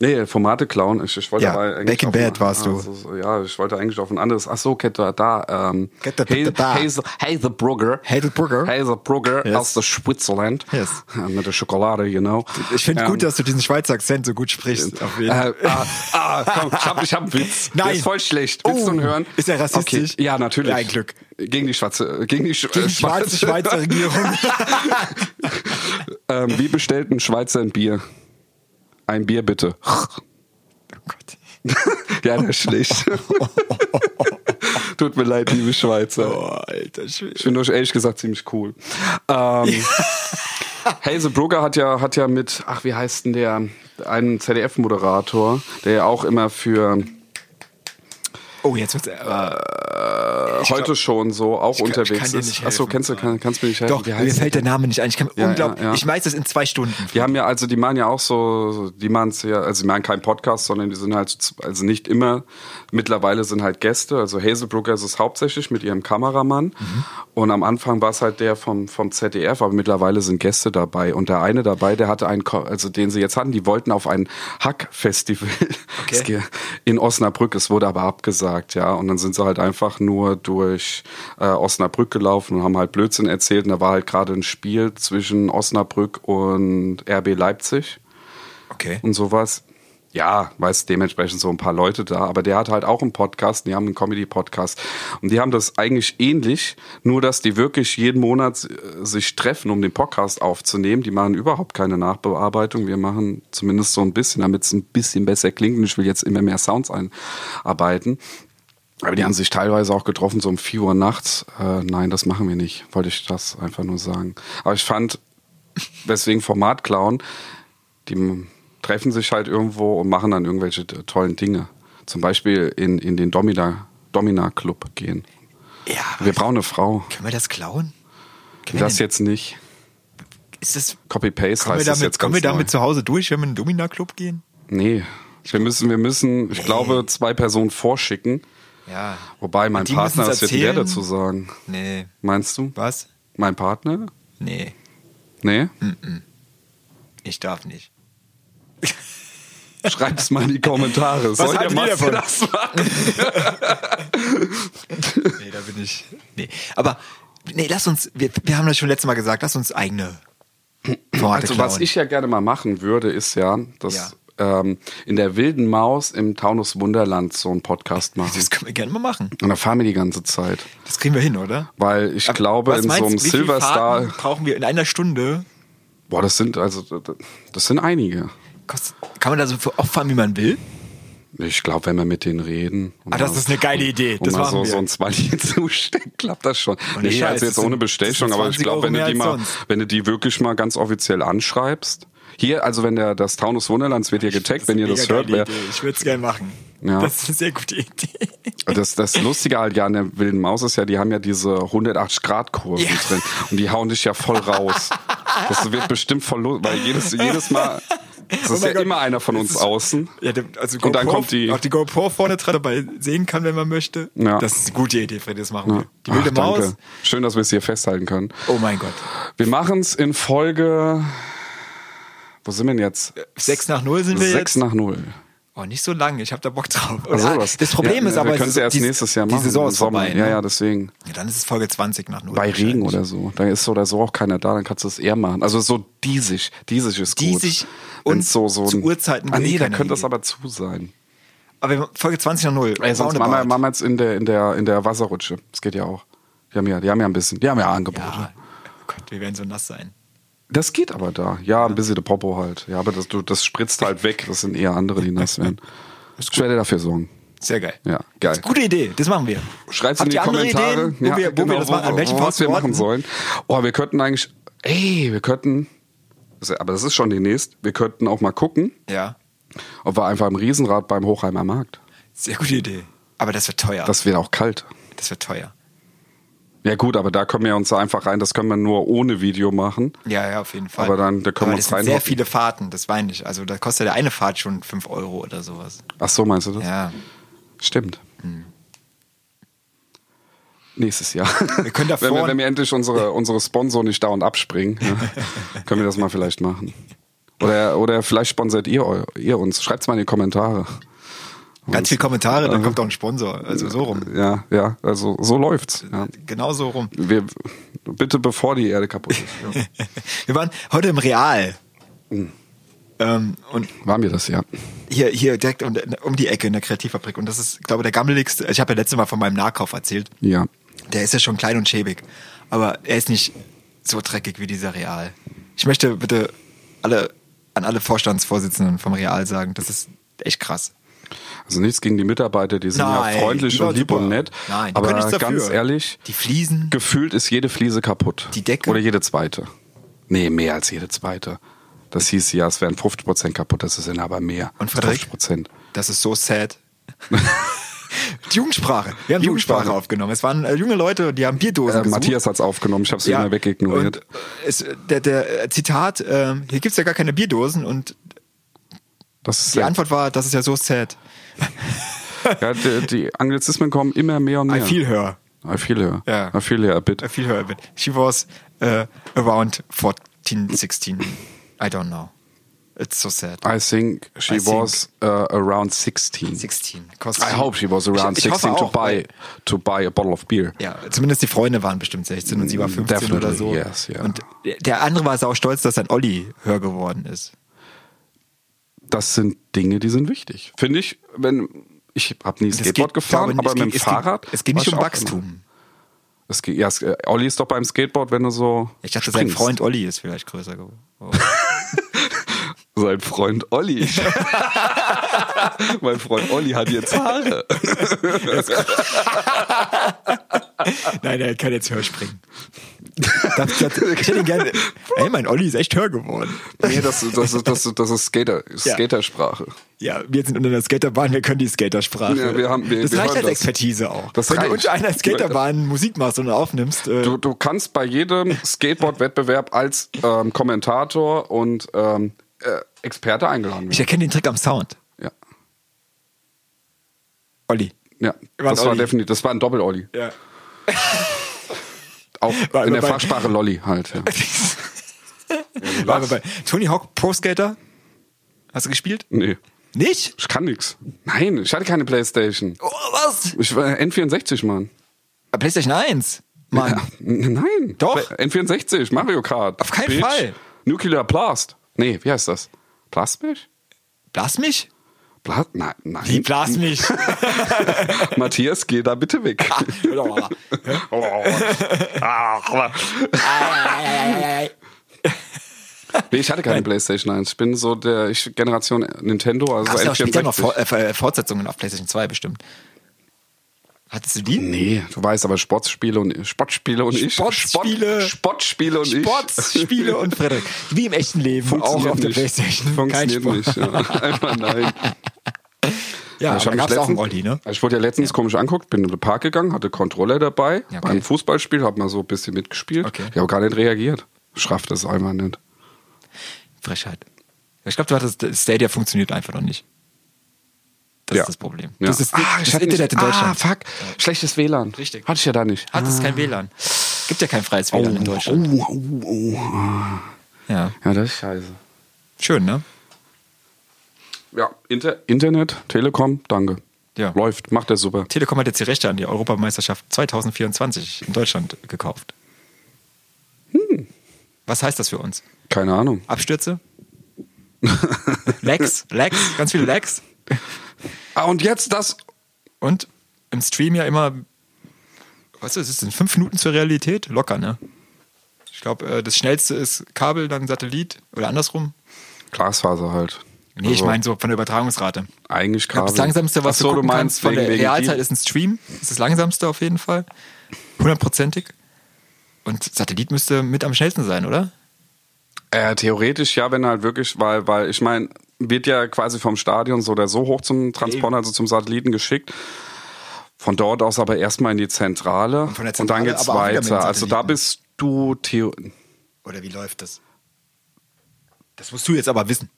S1: nee, Formate klauen. Ich, ich wollte
S2: Ja,
S1: aber eigentlich
S2: Back in
S1: auf ein-
S2: Bed warst du.
S1: Ah, so, so, ja, ich wollte eigentlich auf ein anderes. Ach so, Kette da. Ähm,
S2: Get the- the- da.
S1: Hazel, Hazelbrugger.
S2: Hazelbrugger.
S1: Hazelbrugger
S2: Yes.
S1: aus der Switzerland.
S2: Yes.
S1: Mit der Schokolade, you know.
S2: Ich finde
S1: Ähm,
S2: gut, dass du diesen Schweizer Akzent so gut sprichst. Auf jeden.
S1: äh, ah, ah, komm, ich hab, ich hab einen Witz.
S2: Nein.
S1: Der ist voll schlecht. Willst
S2: Oh,
S1: du ihn hören?
S2: ist er rassistisch?
S1: Okay. Ja, natürlich.
S2: Ja, ein Glück.
S1: Gegen die schwarze, äh, gegen die, Sch
S2: Gegen
S1: äh,
S2: die schwarze Schweizer Regierung.
S1: ähm, wie bestellt ein Schweizer ein Bier? Ein Bier bitte.
S2: Oh Gott.
S1: ja, der ist schlecht. Tut mir leid, liebe Schweizer.
S2: Oh, alter
S1: Ich
S2: Schwede.
S1: finde euch ehrlich gesagt ziemlich cool. Ähm, Hazel Brugger hat ja, hat ja mit, ach, wie heißt denn der, einen ZDF-Moderator, der ja auch immer für äh,
S2: Oh, jetzt wird's. Äh,
S1: heute schon so auch
S2: kann- ich kann
S1: unterwegs
S2: dir
S1: ist.
S2: nicht
S1: Achso,
S2: helfen.
S1: kennst du, kann, kannst du mir nicht helfen?
S2: doch,
S1: Wie
S2: mir
S1: heißt
S2: fällt der Name nicht ein. Ich kann unglaublich.
S1: äh. ja, ja.
S2: Ich weiß das in zwei Stunden.
S1: Die haben ja, also die machen ja auch so, so- die machen es ja, also die machen keinen Podcast, sondern die sind halt, zu- also nicht immer, mittlerweile sind halt Gäste, also Hazelbrooker ist es hauptsächlich mit ihrem Kameramann und am Anfang war es halt der vom, vom ZDF, aber mittlerweile sind Gäste dabei und der eine dabei, der hatte einen, Ko- also den sie jetzt hatten, die wollten auf ein Hack-Festival Es geht- in Osnabrück, es wurde aber abgesagt, ja, und dann sind sie halt einfach nur durch äh, Osnabrück gelaufen und haben halt Blödsinn erzählt und da war halt gerade ein Spiel zwischen Osnabrück und RB Leipzig
S2: Okay.
S1: und sowas. ja, weiß dementsprechend so ein paar Leute da, aber der hat halt auch einen Podcast, die haben einen Comedy-Podcast und die haben das eigentlich ähnlich, nur dass die wirklich jeden Monat äh, sich treffen, um den Podcast aufzunehmen. Die machen überhaupt keine Nachbearbeitung. Wir machen zumindest so ein bisschen, damit es ein bisschen besser klingt. Und ich will jetzt immer mehr Sounds einarbeiten. Aber die haben sich teilweise auch getroffen, so um 4 Uhr nachts. Äh, nein, das machen wir nicht, wollte ich das einfach nur sagen. Aber ich fand, weswegen Format klauen, die treffen sich halt irgendwo und machen dann irgendwelche t- tollen Dinge. Zum Beispiel in, in den Domina, Domina Club gehen.
S2: Ja, aber
S1: Wir brauchen eine Frau.
S2: können wir das klauen? Können wir
S1: Das
S2: denn-
S1: jetzt nicht.
S2: Ist das,
S1: Copy-Paste
S2: kommen wir
S1: heißt das
S2: damit,
S1: jetzt
S2: kommen
S1: ganz
S2: wir
S1: neu.
S2: damit zu Hause durch, wenn wir in den Domina-Club gehen?
S1: Nee. Wir müssen, wir müssen, ich glaube, zwei Personen vorschicken.
S2: Ja.
S1: Wobei, mein
S2: Die
S1: Partner,
S2: müssen's
S1: was wird denn der
S2: erzählen?
S1: dazu sagen?
S2: Nee.
S1: Meinst du?
S2: Was?
S1: Mein Partner?
S2: Nee,
S1: Nee?
S2: Hm. ich darf nicht.
S1: Schreib's mal in die Kommentare. Soll der
S2: haltet ihr
S1: Matze
S2: davon?
S1: das machen?
S2: Nee, da bin ich. Nee. Aber nee, lass uns, wir, wir haben das schon letztes Mal gesagt, lass uns eigene Formate
S1: Also,
S2: klauen.
S1: was ich ja gerne mal machen würde, ist ja, dass Ähm, in der wilden Maus im Taunus Wunderland so einen Podcast machen.
S2: das können wir gerne mal machen.
S1: Und da fahren wir die ganze Zeit.
S2: Das kriegen wir hin, oder?
S1: Weil ich
S2: Aber
S1: glaube,
S2: was
S1: in so
S2: meinst
S1: einem
S2: du, wie viele
S1: Silver Star.
S2: Fahrten brauchen wir in einer Stunde.
S1: Boah, das sind also das sind einige.
S2: Kostet, kann man da so für auffahren, wie man will?
S1: Ich glaube, wenn wir mit denen reden. und
S2: Ah, das
S1: mal-
S2: ist eine geile Idee.
S1: und
S2: Das
S1: mal
S2: machen
S1: so,
S2: wir.
S1: so ein Smiley zustecken, klappt das schon.
S2: Und
S1: nee,
S2: ich weiß,
S1: also
S2: das
S1: jetzt
S2: sind-
S1: ohne
S2: das
S1: Bestechung,
S2: sind
S1: aber ich
S2: 20
S1: glaube, wenn du
S2: Euro
S1: die
S2: mehr
S1: mal,
S2: als sonst.
S1: wenn du die wirklich mal ganz offiziell anschreibst. Hier, also wenn der das Taunus Wunderlands wird hier getaggt, wenn ihr
S2: Mega
S1: das hört,
S2: geile
S1: wer,
S2: Idee. Ich würde es gerne machen.
S1: Ja.
S2: Das ist eine sehr gute Idee.
S1: Das, das Lustige halt ja an der Wilden Maus ist ja, die haben ja diese 180-Grad-Kurven
S2: Ja.
S1: drin und die hauen dich ja voll raus. Das wird bestimmt voll lustig, weil jedes, jedes Mal, es
S2: Oh
S1: ist
S2: mein
S1: ja
S2: Gott.
S1: immer einer von uns außen.
S2: Ja, der- also
S1: Und dann
S2: GoPro-
S1: kommt die-
S2: Auch die GoPro vorne dran, dabei sehen kann, wenn man möchte.
S1: Ja.
S2: Das ist eine gute Idee, Freddy, das machen wir. Die
S1: Ach,
S2: wilde
S1: danke.
S2: Maus.
S1: Schön, dass wir es hier festhalten können.
S2: Oh mein Gott.
S1: Wir machen es in Folge, wo sind wir denn jetzt?
S2: Sechs nach null sind wir
S1: Sechs
S2: jetzt.
S1: nach null.
S2: Oh, nicht so lange, ich habe da Bock drauf.
S1: Ach so,
S2: Ah,
S1: was.
S2: das Problem
S1: Ja,
S2: ist
S1: wir
S2: aber,
S1: können es
S2: es ist-
S1: ja erst
S2: die-
S1: nächstes Jahr
S2: die
S1: machen.
S2: Saison
S1: im
S2: ist
S1: Sommer.
S2: vorbei.
S1: Ja,
S2: ne?
S1: ja, deswegen.
S2: Ja, dann ist es Folge 20 nach null.
S1: Bei Regen
S2: wahrscheinlich.
S1: oder so. Da ist so oder so auch keiner da, dann kannst du es eher machen. Also so diesig. Diesig ist gut.
S2: Diesig
S1: Wenn's
S2: und
S1: so, so
S2: zu
S1: ein-
S2: Uhrzeiten, wo
S1: Ah,
S2: eh
S1: nee, da
S2: keiner
S1: könnte das
S2: hingeht.
S1: aber zu sein.
S2: Aber wir- Folge 20 nach null.
S1: Ey, sonst machen wir,
S2: Roundabout.
S1: machen wir jetzt in der, in, der, in der Wasserrutsche. Das geht ja auch. Die haben ja, die haben ja ein bisschen. Die haben ja Angebote.
S2: ja. Oh Gott, wir werden so nass sein.
S1: Das geht aber da. Ja, ein bisschen der Popo halt. Ja, aber das, du, das spritzt halt weg. Das sind eher andere, die nass werden. Ich werde dafür sorgen.
S2: Sehr geil.
S1: Ja, geil.
S2: Gute Idee, das machen wir.
S1: Schreibt's
S2: Habt
S1: in die
S2: ihr andere
S1: Kommentare,
S2: Ideen, wo
S1: Ja,
S2: wir, wo
S1: genau,
S2: wir das machen, an welchen
S1: wo- was wir
S2: Worten?
S1: machen sollen. Oh, wir könnten eigentlich, ey, wir könnten, das- aber das ist schon demnächst, wir könnten auch mal gucken,
S2: Ja,
S1: ob wir einfach im Riesenrad beim Hochheimer Markt.
S2: sehr gute Idee. Aber das wird teuer. Das,
S1: Das wird auch kalt.
S2: wird teuer.
S1: Ja gut, aber da können wir uns einfach rein, das können wir nur ohne Video machen.
S2: Ja, ja, auf jeden Fall.
S1: Aber dann- da können wir
S2: Aber
S1: uns
S2: das sind
S1: reinhocken.
S2: sehr viele Fahrten, das meine ich. Also da kostet ja eine Fahrt schon 5 Euro oder sowas.
S1: Ach so, meinst du das?
S2: Ja.
S1: Stimmt.
S2: Hm.
S1: Nächstes Jahr.
S2: Wir können da
S1: wenn, wir,
S2: vorn-
S1: wenn wir endlich unsere, unsere Sponsor nicht dauernd abspringen, ja, können wir das mal vielleicht machen. Oder, oder vielleicht sponsert ihr, eu- ihr uns. Schreibt's mal in die Kommentare.
S2: Ganz viele Kommentare, dann kommt auch ein Sponsor. Also so rum.
S1: Ja, ja, also so läuft's. Ja.
S2: Genau so rum.
S1: Wir, bitte bevor die Erde kaputt ist. Ja. Hm.
S2: Wir waren heute im Real. Ähm, und
S1: Waren wir das, ja.
S2: hier, hier direkt um, um die Ecke in der Kreativfabrik. Und das ist, glaube ich, der gammeligste. also Ich habe ja letztes Mal von meinem Nahkauf erzählt.
S1: Ja.
S2: Der ist ja schon klein und schäbig. Aber er ist nicht so dreckig wie dieser Real. Ich möchte bitte alle, an alle Vorstandsvorsitzenden vom Real sagen, das ist echt krass.
S1: Also nichts gegen die Mitarbeiter, die sind
S2: Nein,
S1: ja freundlich
S2: die waren
S1: und lieb
S2: super.
S1: und nett.
S2: Nein, die
S1: aber
S2: können nichts dafür.
S1: ganz ehrlich,
S2: Die Fliesen.
S1: gefühlt ist jede Fliese kaputt.
S2: Die Decke?
S1: Oder jede zweite. Nee, mehr als jede zweite. Das hieß ja, es wären 50% kaputt, das sind aber mehr.
S2: Und Frederik?
S1: 50%.
S2: Das ist so sad. Die Jugendsprache. Wir haben Jugendsprache,
S1: Jugendsprache.
S2: aufgenommen. Es waren äh, junge Leute, die haben Bierdosen
S1: Äh,
S2: gesucht.
S1: Matthias hat's aufgenommen, ich habe es immer wegignoriert.
S2: Und es, der, der äh, Zitat, ähm, hier gibt's ja gar keine Bierdosen und
S1: das ist
S2: die
S1: sad.
S2: Antwort war, das ist ja so sad.
S1: ja, die, die Anglizismen kommen immer mehr und mehr.
S2: I feel her.
S1: I feel her.
S2: Ja.
S1: I feel her a bit.
S2: I feel her a bit. She was äh, around 14, 16. I don't know. It's so sad.
S1: I think she
S2: I think-
S1: was Uh, around 16.
S2: 16. Cost
S1: I hope she was around
S2: Ich- ich hoffe
S1: 16 to
S2: auch,
S1: buy
S2: weil-
S1: to buy a bottle of beer.
S2: Ja, zumindest die Freunde waren bestimmt 16 und sie war 15 oder
S1: Mm, Definitely,
S2: so.
S1: yes, yeah.
S2: Und der- der andere war sau stolz, dass sein Olli hör geworden ist.
S1: das sind Dinge, die sind wichtig. Finde ich, wenn ich habe nie Skateboard
S2: geht-
S1: gefahren,
S2: ich glaube,
S1: aber
S2: es
S1: mit dem
S2: ging- es ging-
S1: Fahrrad.
S2: es ging nicht
S1: war ich
S2: um
S1: auch
S2: Wachstum.
S1: immer. Es geht, ja, es, äh, Olli ist doch beim Skateboard, wenn du so.
S2: Ich dachte, sein
S1: springst.
S2: Freund Olli ist vielleicht größer geworden. Oh.
S1: Sein Freund Olli. mein Freund Olli hat jetzt Haare.
S2: Nein, er kann jetzt höher springen. Das, das, ich hätte ihn gerne. Ey, mein Olli ist echt höher geworden.
S1: Nee, das, das, das, das, das ist Skater,
S2: Ja.
S1: Skatersprache.
S2: Ja, wir sind unter der Skaterbahn, wir können die Skatersprache.
S1: Ja, wir haben- wir-
S2: das
S1: wir
S2: reicht
S1: hören
S2: als
S1: das.
S2: Expertise auch.
S1: Das
S2: Wenn
S1: reicht.
S2: du unter einer Skaterbahn Musik machst und aufnimmst, äh,
S1: Du, du kannst bei jedem Skateboard-Wettbewerb als ähm, Kommentator und ähm, äh, Experte eingeladen
S2: ich
S1: werden.
S2: erkenne den Trick am Sound.
S1: Ja.
S2: Olli.
S1: Ja,
S2: War ein
S1: das war
S2: Olli.
S1: definitiv, das war ein Doppel-Olli.
S2: Ja.
S1: Auch
S2: War
S1: in
S2: immer
S1: der
S2: bei-
S1: Fachsprache Lolli halt. Ja.
S2: Warte mal, Tony Hawk Pro Skater? Hast du gespielt?
S1: Nee,
S2: Nicht?
S1: ich kann nix. Nein, ich hatte keine Playstation.
S2: Oh, was?
S1: Ich war N64, Mann.
S2: Ah, PlayStation 1. Mann.
S1: Ja, n- nein.
S2: Doch.
S1: N64, Mario Kart.
S2: Auf keinen
S1: Bitch.
S2: Fall.
S1: Nuclear Blast. Nee, wie heißt das? Blast mich?
S2: Blas mich?
S1: Hm? Blast? Nein, nein.
S2: Wie blas mich?
S1: Matthias, geh da bitte weg.
S2: Ah,
S1: Ah,
S2: Ah,
S1: nee, ich hatte keine Playstation 1. Ich bin so der ich Generation Nintendo, also
S2: Hast du auch später noch
S1: N64.
S2: Vor äh, Fortsetzungen auf PlayStation 2 bestimmt. Hattest du die?
S1: Nee, du weißt aber Sportspiele und Sportspiele und ich.
S2: Sportspiele.
S1: Sport, Sportspiele und ich.
S2: Sportspiele und Frederik. Wie im echten Leben, auch
S1: Funktioniert
S2: auf der
S1: nicht.
S2: Playstation.
S1: Funktioniert
S2: Kein
S1: nicht.
S2: Sport.
S1: Ja. Einfach nein.
S2: Ja,
S1: ich
S2: aber
S1: hab
S2: gab
S1: mich
S2: es Ah, auch einen
S1: letztens- Also
S2: Olli, ne?
S1: Ich wurde ja letztens komisch anguckt, bin in den Park gegangen, hatte Controller dabei,
S2: Ja, okay.
S1: beim Fußballspiel, hab mal so ein bisschen mitgespielt.
S2: Okay.
S1: Ich habe gar nicht reagiert. Schraff das einfach nicht.
S2: Frechheit. Ich glaube, du hattest, das Stadia funktioniert einfach noch nicht. Das
S1: Ja.
S2: ist das Problem.
S1: Ja.
S2: Das ist
S1: Ah, ich
S2: das
S1: hatte
S2: Internet
S1: nicht,
S2: in
S1: Ah,
S2: Deutschland.
S1: fuck. Schlechtes WLAN.
S2: Richtig.
S1: Hatte ich ja da nicht.
S2: Hat es kein WLAN. Gibt ja kein freies WLAN in Deutschland.
S1: Oh, oh, oh. ah.
S2: Ja.
S1: Ja, das ist scheiße.
S2: Schön, ne?
S1: Ja, Inter Internet, Telekom, danke.
S2: Ja.
S1: Läuft, macht der super.
S2: Telekom hat jetzt die Rechte an die Europameisterschaft 2024 in Deutschland gekauft. Was heißt das für uns?
S1: Keine Ahnung.
S2: Abstürze? Lags, Lags, ganz viele Lags.
S1: Ah, und jetzt das.
S2: Und im Stream ja immer, weißt du, es ist in fünf Minuten zur Realität, locker, ne? Ich glaube, das schnellste ist Kabel, dann Satellit oder andersrum.
S1: Glasfaser halt.
S2: Nee, ich
S1: Also,
S2: meine so von der Übertragungsrate.
S1: Eigentlich
S2: Ich glaub,
S1: Kabel.
S2: das langsamste, was
S1: Ach so,
S2: du gucken
S1: meinst
S2: kannst von
S1: wegen-
S2: der
S1: wegen
S2: Realzeit,
S1: die-
S2: ist ein Stream. Das ist das langsamste auf jeden Fall. Hundertprozentig. Und Satellit müsste mit am schnellsten sein, oder?
S1: Äh, theoretisch ja, wenn halt wirklich, weil, weil ich meine, wird ja quasi vom Stadion so oder so hoch zum Transponder, also zum Satelliten geschickt. Von dort aus aber erstmal in die Zentrale und,
S2: von der
S1: dann
S2: Zentrale
S1: geht's
S2: aber auch wieder mit dem
S1: weiter. Also da
S2: Satelliten.
S1: bist du Theo.
S2: Oder wie läuft das? Das musst du jetzt aber wissen.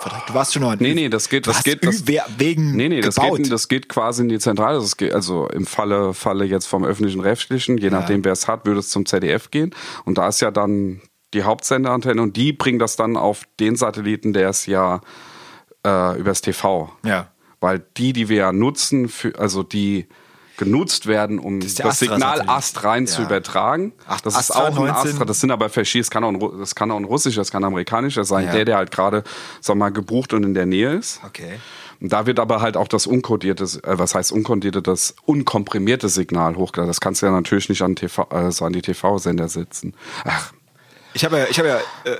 S2: Verdammt, Du warst schon noch ein
S1: Nee, nee, das geht,
S2: Du
S1: das
S2: hast
S1: geht. Das,
S2: Halt über- wegen
S1: nee, nee, das
S2: gebaut.
S1: geht, das geht quasi in die Zentrale. Das geht, also im Falle, Falle jetzt vom öffentlichen rechtlichen, je nachdem wer es hat, würde es zum ZDF gehen. Und da ist ja dann die Hauptsenderantenne und die bringen das dann auf den Satelliten, der es ja äh, übers TV.
S2: Ja.
S1: Weil die, die wir ja nutzen, für, also die genutzt werden, um das,
S2: ist der
S1: Signal
S2: Astra-Satellit.
S1: Ast rein zu
S2: Ja.
S1: übertragen.
S2: Ach,
S1: das
S2: Astra
S1: ist auch ein
S2: 19.
S1: Astra, das sind aber verschiedene, das kann auch ein, Ru- das kann auch ein russischer, das kann ein amerikanischer sein,
S2: Ja.
S1: der, der halt gerade, sag mal, gebucht und in der Nähe ist.
S2: Okay.
S1: Und da wird aber halt auch das unkodierte, äh, was heißt unkodierte, das unkomprimierte Signal hochgeladen. Das kannst du ja natürlich nicht an, TV, äh, so an die TV-Sender setzen. Ach,
S2: Ich habe ja, ich habe ja, äh,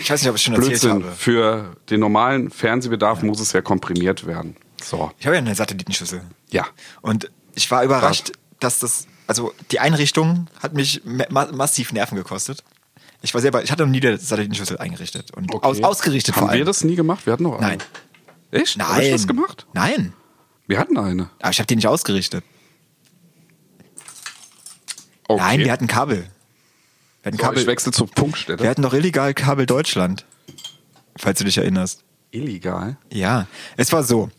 S2: ich weiß nicht, ob ich es schon
S1: Blödsinn.
S2: erzählt habe.
S1: Für den normalen Fernsehbedarf muss es ja komprimiert werden. So,
S2: Ich habe ja eine Satellitenschüssel.
S1: ja.
S2: Und ich war überrascht, dass das, also die Einrichtung hat mich ma- ma massiv Nerven gekostet. Ich war selber, ich hatte noch nie eine Satellitenschüssel eingerichtet und aus, ausgerichtet
S1: Haben
S2: vor allem.
S1: wir das nie gemacht? Wir hatten noch eine.
S2: Nein.
S1: Ich?
S2: Nein.
S1: Hab ich das gemacht?
S2: Nein.
S1: Wir hatten eine.
S2: Aber ich habe die nicht ausgerichtet.
S1: Okay.
S2: Nein, wir hatten Kabel. Wir hatten
S1: so,
S2: Kabel.
S1: ich wechsle zur Punktstelle.
S2: wir hatten doch illegal Kabel Deutschland. Falls du dich erinnerst.
S1: Illegal.
S2: Ja, es war so.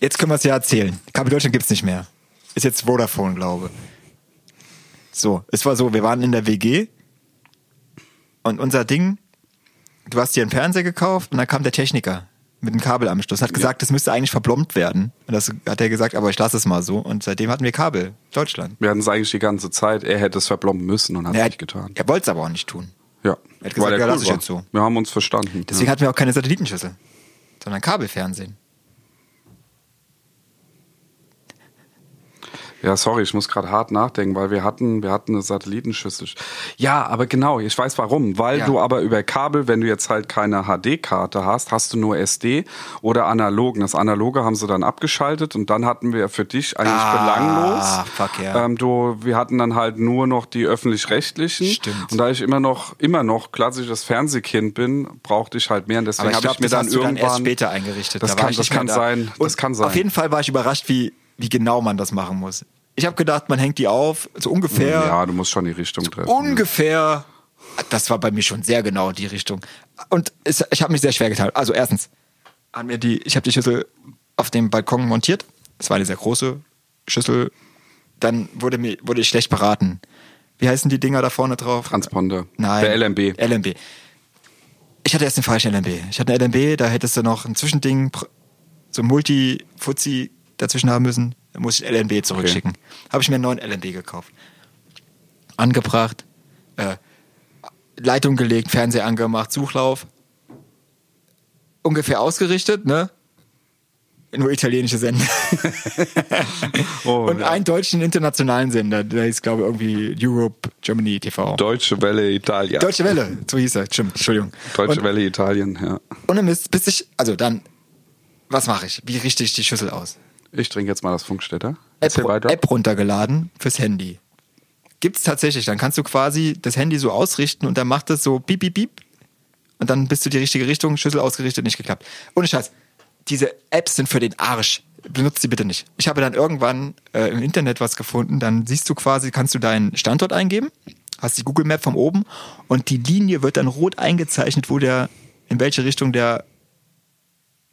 S2: Jetzt können wir es ja erzählen. Kabel Deutschland gibt's nicht mehr. Ist jetzt Vodafone, glaube. So, es war so, wir waren in der WG und unser Ding, du hast dir einen Fernseher gekauft und dann kam der Techniker mit einem Kabel am Schluss und hat gesagt, das müsste eigentlich verblombt werden. Und das hat er gesagt, aber ich lasse es mal so. Und seitdem hatten wir Kabel, Deutschland.
S1: Wir hatten es eigentlich die ganze Zeit. Er hätte es verblomben müssen und hat es
S2: Er,
S1: nicht getan.
S2: er wollte es aber auch nicht tun.
S1: Ja.
S2: Er hat gesagt,
S1: der
S2: ja, lass
S1: cool
S2: ich
S1: war.
S2: jetzt so.
S1: Wir haben uns verstanden.
S2: Deswegen hatten wir auch keine Satellitenschüssel. sondern Kabelfernsehen.
S1: Ja, sorry, ich muss gerade hart nachdenken, weil wir hatten, wir hatten eine Satellitenschüssel. Ja, aber genau, ich weiß warum. Weil
S2: Ja.
S1: du aber über Kabel, wenn du jetzt halt keine HD-Karte hast, hast du nur SD oder analogen. Das analoge haben sie dann abgeschaltet und dann hatten wir für dich eigentlich
S2: Ah,
S1: belanglos.
S2: fuck, ja.
S1: ähm, du, wir hatten dann halt nur noch die öffentlich-rechtlichen.
S2: Stimmt.
S1: Und da ich immer noch, immer noch klassisches Fernsehkind bin, brauchte ich halt mehr. Und deswegen
S2: Aber ich
S1: habe
S2: glaube,
S1: ich mir
S2: das
S1: dann
S2: hast du dann
S1: irgendwann
S2: erst später eingerichtet.
S1: Das
S2: da war
S1: kann-
S2: ich
S1: das
S2: nicht mehr
S1: kann
S2: da.
S1: sein,
S2: Und
S1: das kann sein.
S2: Auf jeden Fall war ich überrascht, wie, wie genau man das machen muss. Ich habe gedacht, man hängt die auf, so ungefähr.
S1: Hm, Ja, du musst schon die Richtung treffen.
S2: ungefähr. Das war bei mir schon sehr genau die Richtung. Und es, ich habe mich sehr schwer getan. Also erstens, hat mir die, ich habe die Schüssel auf dem Balkon montiert. Es war eine sehr große Schüssel. Dann wurde, mir, wurde ich schlecht beraten. Wie heißen die Dinger da vorne drauf?
S1: Transponder.
S2: Nein.
S1: Der LMB.
S2: LMB. Ich hatte erst den falschen LMB. Ich hatte einen LMB, da hättest du noch ein Zwischending, pr- so ein Multi-Fuzzi dazwischen haben müssen. Da muss ich einen LMB zurückschicken. Habe ich mir einen neuen LMB gekauft. Angebracht, äh, Leitung gelegt, Fernseher angemacht, Suchlauf. Ungefähr ausgerichtet, ne? Nur italienische Sender.
S1: Oh,
S2: Und
S1: ja.
S2: einen deutschen internationalen Sender. Der ist, glaube ich, irgendwie Europe, Germany TV.
S1: Deutsche Welle Italia.
S2: Deutsche Welle, so hieß er. Stimmt, Entschuldigung.
S1: Deutsche
S2: und,
S1: Welle Italien, ja.
S2: Ohne Mist, bis ich, also dann, was mache ich? Wie richte ich die Schüssel aus?
S1: Ich trinke jetzt mal das Funkstätter.
S2: App,
S1: Erzähl weiter.
S2: App runtergeladen fürs Handy. Gibt's tatsächlich, dann kannst du quasi das Handy so ausrichten und dann macht es so piep, piep, piep. Und dann bist du die richtige Richtung, Schüssel ausgerichtet, nicht geklappt. Ohne Scheiß, diese Apps sind für den Arsch. Benutzt sie bitte nicht. Ich habe dann irgendwann äh, im Internet was gefunden, dann siehst du quasi, kannst du deinen Standort eingeben, hast die Google Map von oben und die Linie wird dann rot eingezeichnet, wo der, in welche Richtung der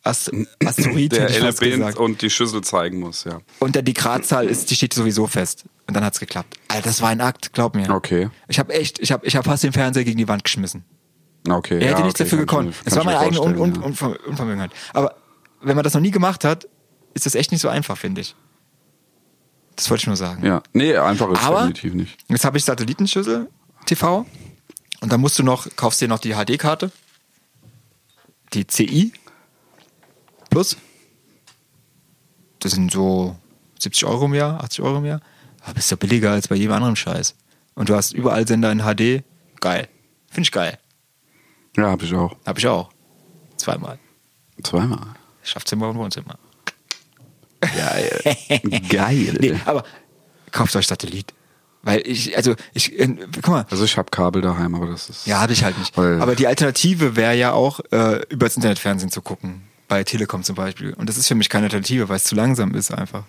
S2: Ast Asteroid,
S1: der
S2: hätte ich fast
S1: LB
S2: gesagt.
S1: und die Schüssel zeigen muss, ja.
S2: Und dann die Gradzahl ist, die steht sowieso fest. Und dann hat's geklappt. Alter, das war ein Akt, glaub mir.
S1: Okay.
S2: Ich habe echt, ich habe, ich habe fast den Fernseher gegen die Wand geschmissen.
S1: Okay.
S2: Er
S1: ja,
S2: hätte
S1: okay,
S2: nichts dafür
S1: kann ich mir-
S2: gekonnt.
S1: kann
S2: Es war
S1: ich mir
S2: meine eigene Un
S1: vorstellen,
S2: Un
S1: ja.
S2: Unver Unvermögenheit. Aber wenn man das noch nie gemacht hat, ist das echt nicht so einfach, finde ich. Das wollte ich nur sagen.
S1: Ja, nee, einfach ist
S2: Aber
S1: definitiv nicht.
S2: jetzt habe ich Satellitenschüssel TV und dann musst du noch, kaufst dir noch die HD-Karte, die CI Plus. Das sind so 70 Euro im Jahr, 80 Euro im Jahr. Aber ist ja billiger als bei jedem anderen Scheiß. Und du hast überall Sender in HD. Geil. Finde ich geil.
S1: Ja, habe ich auch.
S2: Habe ich auch. Zweimal.
S1: Zweimal.
S2: Schlafzimmer und Wohnzimmer.
S1: Geil. Geil.
S2: Nee, aber kauft euch Satellit. Weil ich, also ich, äh, guck mal,
S1: Also ich habe Kabel daheim, aber das ist.
S2: Ja, habe ich halt nicht.
S1: Weil-
S2: Aber die Alternative wäre ja auch, äh, übers Internetfernsehen zu gucken. Bei Telekom zum Beispiel. Und das ist für mich keine Alternative, weil es zu langsam ist einfach.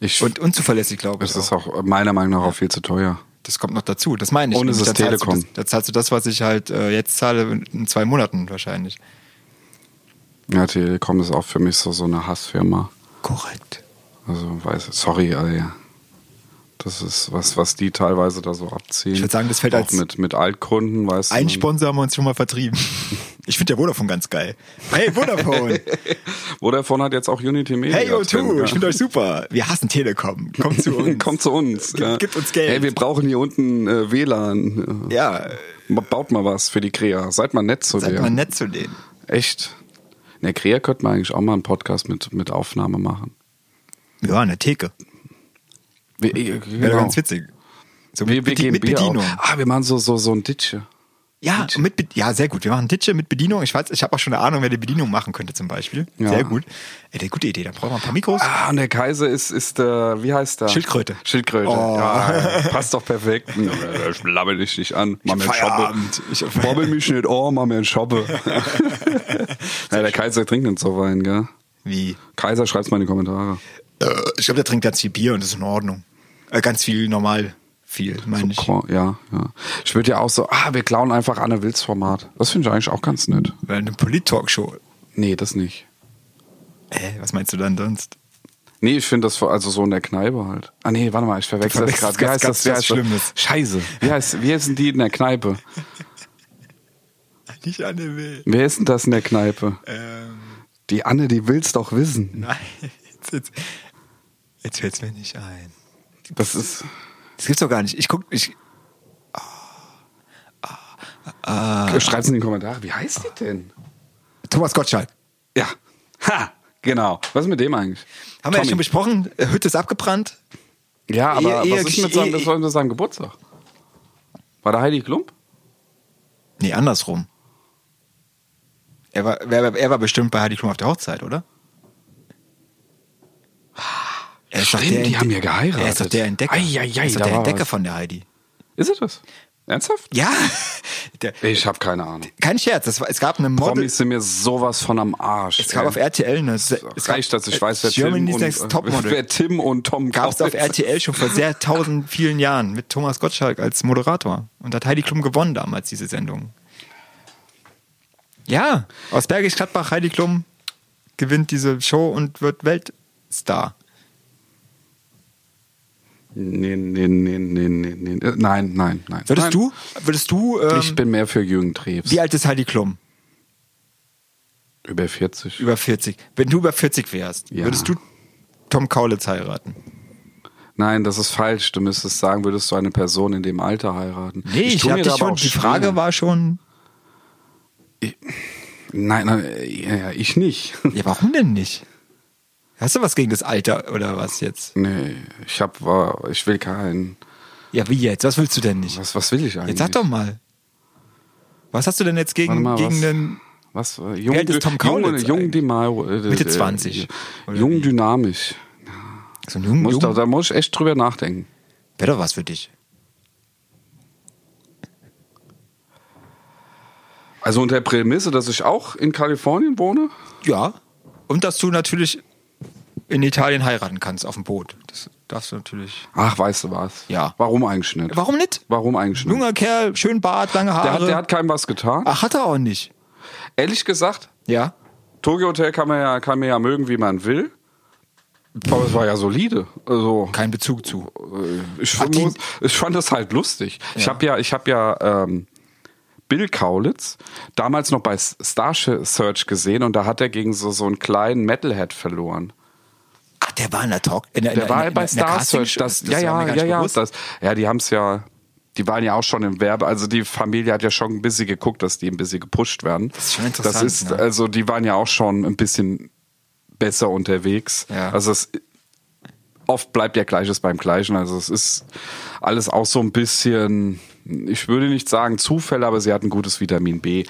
S1: Ich,
S2: Und unzuverlässig, glaube ich.
S1: das ist
S2: auch.
S1: auch meiner Meinung nach auch viel zu teuer.
S2: Das kommt noch dazu. Das meine ich.
S1: Ohne
S2: Nämlich,
S1: es ist
S2: da zahlst du
S1: Telekom.
S2: Das, da zahlst du das, was ich halt äh, jetzt zahle, in- in zwei Monaten wahrscheinlich.
S1: Ja, Telekom ist auch für mich so, so eine Hassfirma.
S2: Korrekt.
S1: Also weiß sorry, ey. Das ist was, was die teilweise da so abziehen.
S2: Ich würd sagen, das fällt
S1: auch
S2: als-
S1: mit mit Altkunden, weißt
S2: Einen
S1: du.
S2: Sponsor haben wir uns schon mal vertrieben. Ich finde ja Vodafone ganz geil. Hey, Vodafone!
S1: Vodafone hat jetzt auch Unity Media.
S2: Hey,
S1: drin,
S2: O2!
S1: ja.
S2: Ich finde euch super. Wir hassen Telekom. Kommt zu uns.
S1: Kommt zu uns.
S2: Gib-
S1: ja.
S2: gib uns Geld.
S1: Hey, wir brauchen hier unten äh, WLAN.
S2: Ja,
S1: Ma- Baut mal was für die Krea. Seid mal nett zu
S2: seid
S1: der.
S2: mal nett zu denen.
S1: Echt. In der Krea könnte man eigentlich auch mal einen Podcast mit, mit Aufnahme machen.
S2: Ja, eine Theke.
S1: Wir, äh,
S2: Wäre
S1: genau.
S2: ganz witzig. So
S1: Wir, wir
S2: Bedi-
S1: gehen
S2: mit
S1: Bier
S2: Bedienung.
S1: Auf. Ah, wir machen so, so, so ein Ditsche.
S2: Ja, mit, Be- ja, sehr gut. Wir machen Ditsche mit Bedienung. Ich weiß, ich habe auch schon eine Ahnung, wer die Bedienung machen könnte zum Beispiel.
S1: Ja.
S2: Sehr gut. Ey, eine gute Idee. Dann brauchen wir ein paar Mikros.
S1: Ah, und der Kaiser ist, ist der, wie heißt der?
S2: Schildkröte.
S1: Schildkröte.
S2: Oh.
S1: Ja, äh, passt doch perfekt. Schlabbel ich dich an, mach mir einen Schoppe.
S2: Feierabend. Ich hab-
S1: Bobbel mich nicht an, mach mir einen Schoppe. ja, der Kaiser trinkt nicht so Wein, gell?
S2: Wie?
S1: Kaiser, schreib's mal in die Kommentare.
S2: Äh, ich glaube, der trinkt ganz viel Bier und das ist in Ordnung. Äh, ganz viel normal. Viel, meine ich.
S1: Ko- Ja, ja. Ich würde ja auch so, ah, wir klauen einfach Anne Wills Format. Das finde ich eigentlich auch ganz nett.
S2: Weil Eine Polit-Talkshow.
S1: Nee, das nicht.
S2: Hä, was meinst du dann sonst?
S1: Nee, ich finde das vor- also so in der Kneipe halt. Ah nee, warte mal, ich verwechsel das gerade.
S2: verwechselst
S1: Wie
S2: ganz,
S1: heißt
S2: ganz
S1: das? Wie
S2: was
S1: heißt das?
S2: Schlimmes.
S1: Scheiße. Wie heißt, wie heißen die in der Kneipe?
S2: Nicht Anne will.
S1: Wer ist denn das in der Kneipe?
S2: Ähm,
S1: Die Anne, die will's doch wissen.
S2: nein. Jetzt, jetzt, jetzt fällt's mir nicht ein.
S1: Das ist.
S2: Das gibt's doch gar nicht. Ich guck, ich, Ah, Ah.
S1: Schreib's in die Kommentare. Wie heißt die denn?
S2: Thomas Gottschalk.
S1: Ja, Genau. Was ist mit dem eigentlich?
S2: Haben wir ja
S1: Tommy.
S2: schon besprochen, äh, Hütte ist abgebrannt.
S1: Ja, aber was
S2: Ehe-
S1: ist
S2: Ehe-
S1: mit seinem,
S2: Ehe-
S1: das war mit seinem Geburtstag? War der Heidi Klump?
S2: Nee, andersrum. Er war, er, er war bestimmt bei Heidi Klum auf der Hochzeit, oder? Er ist doch
S1: Stimmt, die
S2: Entde-
S1: haben ja geheiratet.
S2: Er ist doch der Entdecker.
S1: Eieiei,
S2: er ist doch
S1: da
S2: der
S1: war
S2: Entdecker
S1: was.
S2: von der Heidi.
S1: Ist es das? Ernsthaft?
S2: Ja. Der,
S1: Ich habe keine Ahnung.
S2: kein Scherz, es, war, es gab eine Model.
S1: Promis sind mir sowas von am Arsch.
S2: Es gab
S1: ey.
S2: auf RTL eine. Es
S1: es
S2: gab-
S1: reicht, dass ich weiß, wer Tim,
S2: Germany's
S1: und,
S2: Next Topmodel.
S1: wer Tim und Tom
S2: gab es auf
S1: Kaulitz-
S2: RTL schon vor sehr tausend vielen Jahren mit Thomas Gottschalk als Moderator. Und hat Heidi Klum gewonnen damals, diese Sendung. Ja, aus Bergisch Gladbach, Heidi Klum gewinnt diese Show und wird Weltstar.
S1: Nee, nee, nee, nee, nee, nee. Äh, Nein, nein, nein.
S2: Würdest
S1: nein.
S2: du, würdest du, ähm,
S1: Ich bin mehr für Jürgen Treves.
S2: wie alt ist Heidi Klum?
S1: Über 40.
S2: Über 40. Wenn du über 40 wärst,
S1: Ja.
S2: würdest du Tom Kaulitz heiraten?
S1: Nein, das ist falsch. Du müsstest sagen, würdest du eine Person in dem Alter heiraten?
S2: Nee, ich,
S1: tu
S2: hab
S1: mir da
S2: dich
S1: aber
S2: schon,
S1: auch
S2: die
S1: schwer.
S2: Frage war schon,
S1: Nein, nein, äh, ja, ja, ich nicht.
S2: ja, warum denn nicht? Hast du was gegen das Alter oder was jetzt?
S1: Nee, ich hab, äh, ich will keinen.
S2: Ja, wie jetzt? Was willst du denn nicht?
S1: Was, was will ich eigentlich?
S2: Jetzt sag doch mal. Was hast du denn jetzt
S1: Warte
S2: gegen,
S1: mal,
S2: gegen
S1: was-
S2: den.
S1: Was? äh, Jung,
S2: alt ist Tom Kaulitz
S1: jung, jung,
S2: eigentlich?
S1: Dima- äh,
S2: Mitte
S1: äh,
S2: 20, oder
S1: Jung
S2: wie?
S1: dynamisch.
S2: So einen jungen,
S1: Muss, da,
S2: jungen
S1: da muss ich echt drüber nachdenken.
S2: Wäre doch was für dich.
S1: Also unter der Prämisse, dass ich auch in Kalifornien wohne?
S2: Ja. Und dass du natürlich in Italien heiraten kannst auf dem Boot. Das darfst du natürlich.
S1: Ach, weißt du was?
S2: Ja.
S1: Warum eigentlich nicht?
S2: Warum nicht?
S1: Warum eigentlich nicht?
S2: Junger Kerl, schön Bart, lange Haare.
S1: Der hat, der hat keinem was getan.
S2: Ach, hat er auch nicht.
S1: Ehrlich gesagt,
S2: Ja.
S1: Tokyo Hotel kann man, ja, kann man ja mögen, wie man will. Aber es war ja solide. Also,
S2: Kein Bezug zu.
S1: ich,
S2: Ach, die-
S1: muss, ich fand das halt lustig. Ich
S2: Ja.
S1: habe ja, ich hab ja ähm, Bill Kaulitz damals noch bei S- Star Search gesehen und da hat er gegen so, so einen kleinen Metalhead verloren.
S2: Ach, der war in der Talk. In der, in
S1: Der war
S2: in
S1: bei
S2: in der
S1: Star
S2: Casting-
S1: Search. Das, ja,
S2: war mir
S1: ja,
S2: gar
S1: ja,
S2: nicht
S1: ja.
S2: bewusst.
S1: Das, ja, die haben es ja. Die waren ja auch schon im Werbe, also die Familie hat ja schon ein bisschen geguckt, dass die ein bisschen gepusht werden. Das
S2: ist schon interessant,
S1: Das ist,
S2: ne?
S1: also die waren ja auch schon ein bisschen besser unterwegs.
S2: Ja.
S1: Also es, oft bleibt ja Gleiches beim Gleichen. Also es ist alles auch so ein bisschen, ich würde nicht sagen Zufälle, aber sie hatten gutes Vitamin B.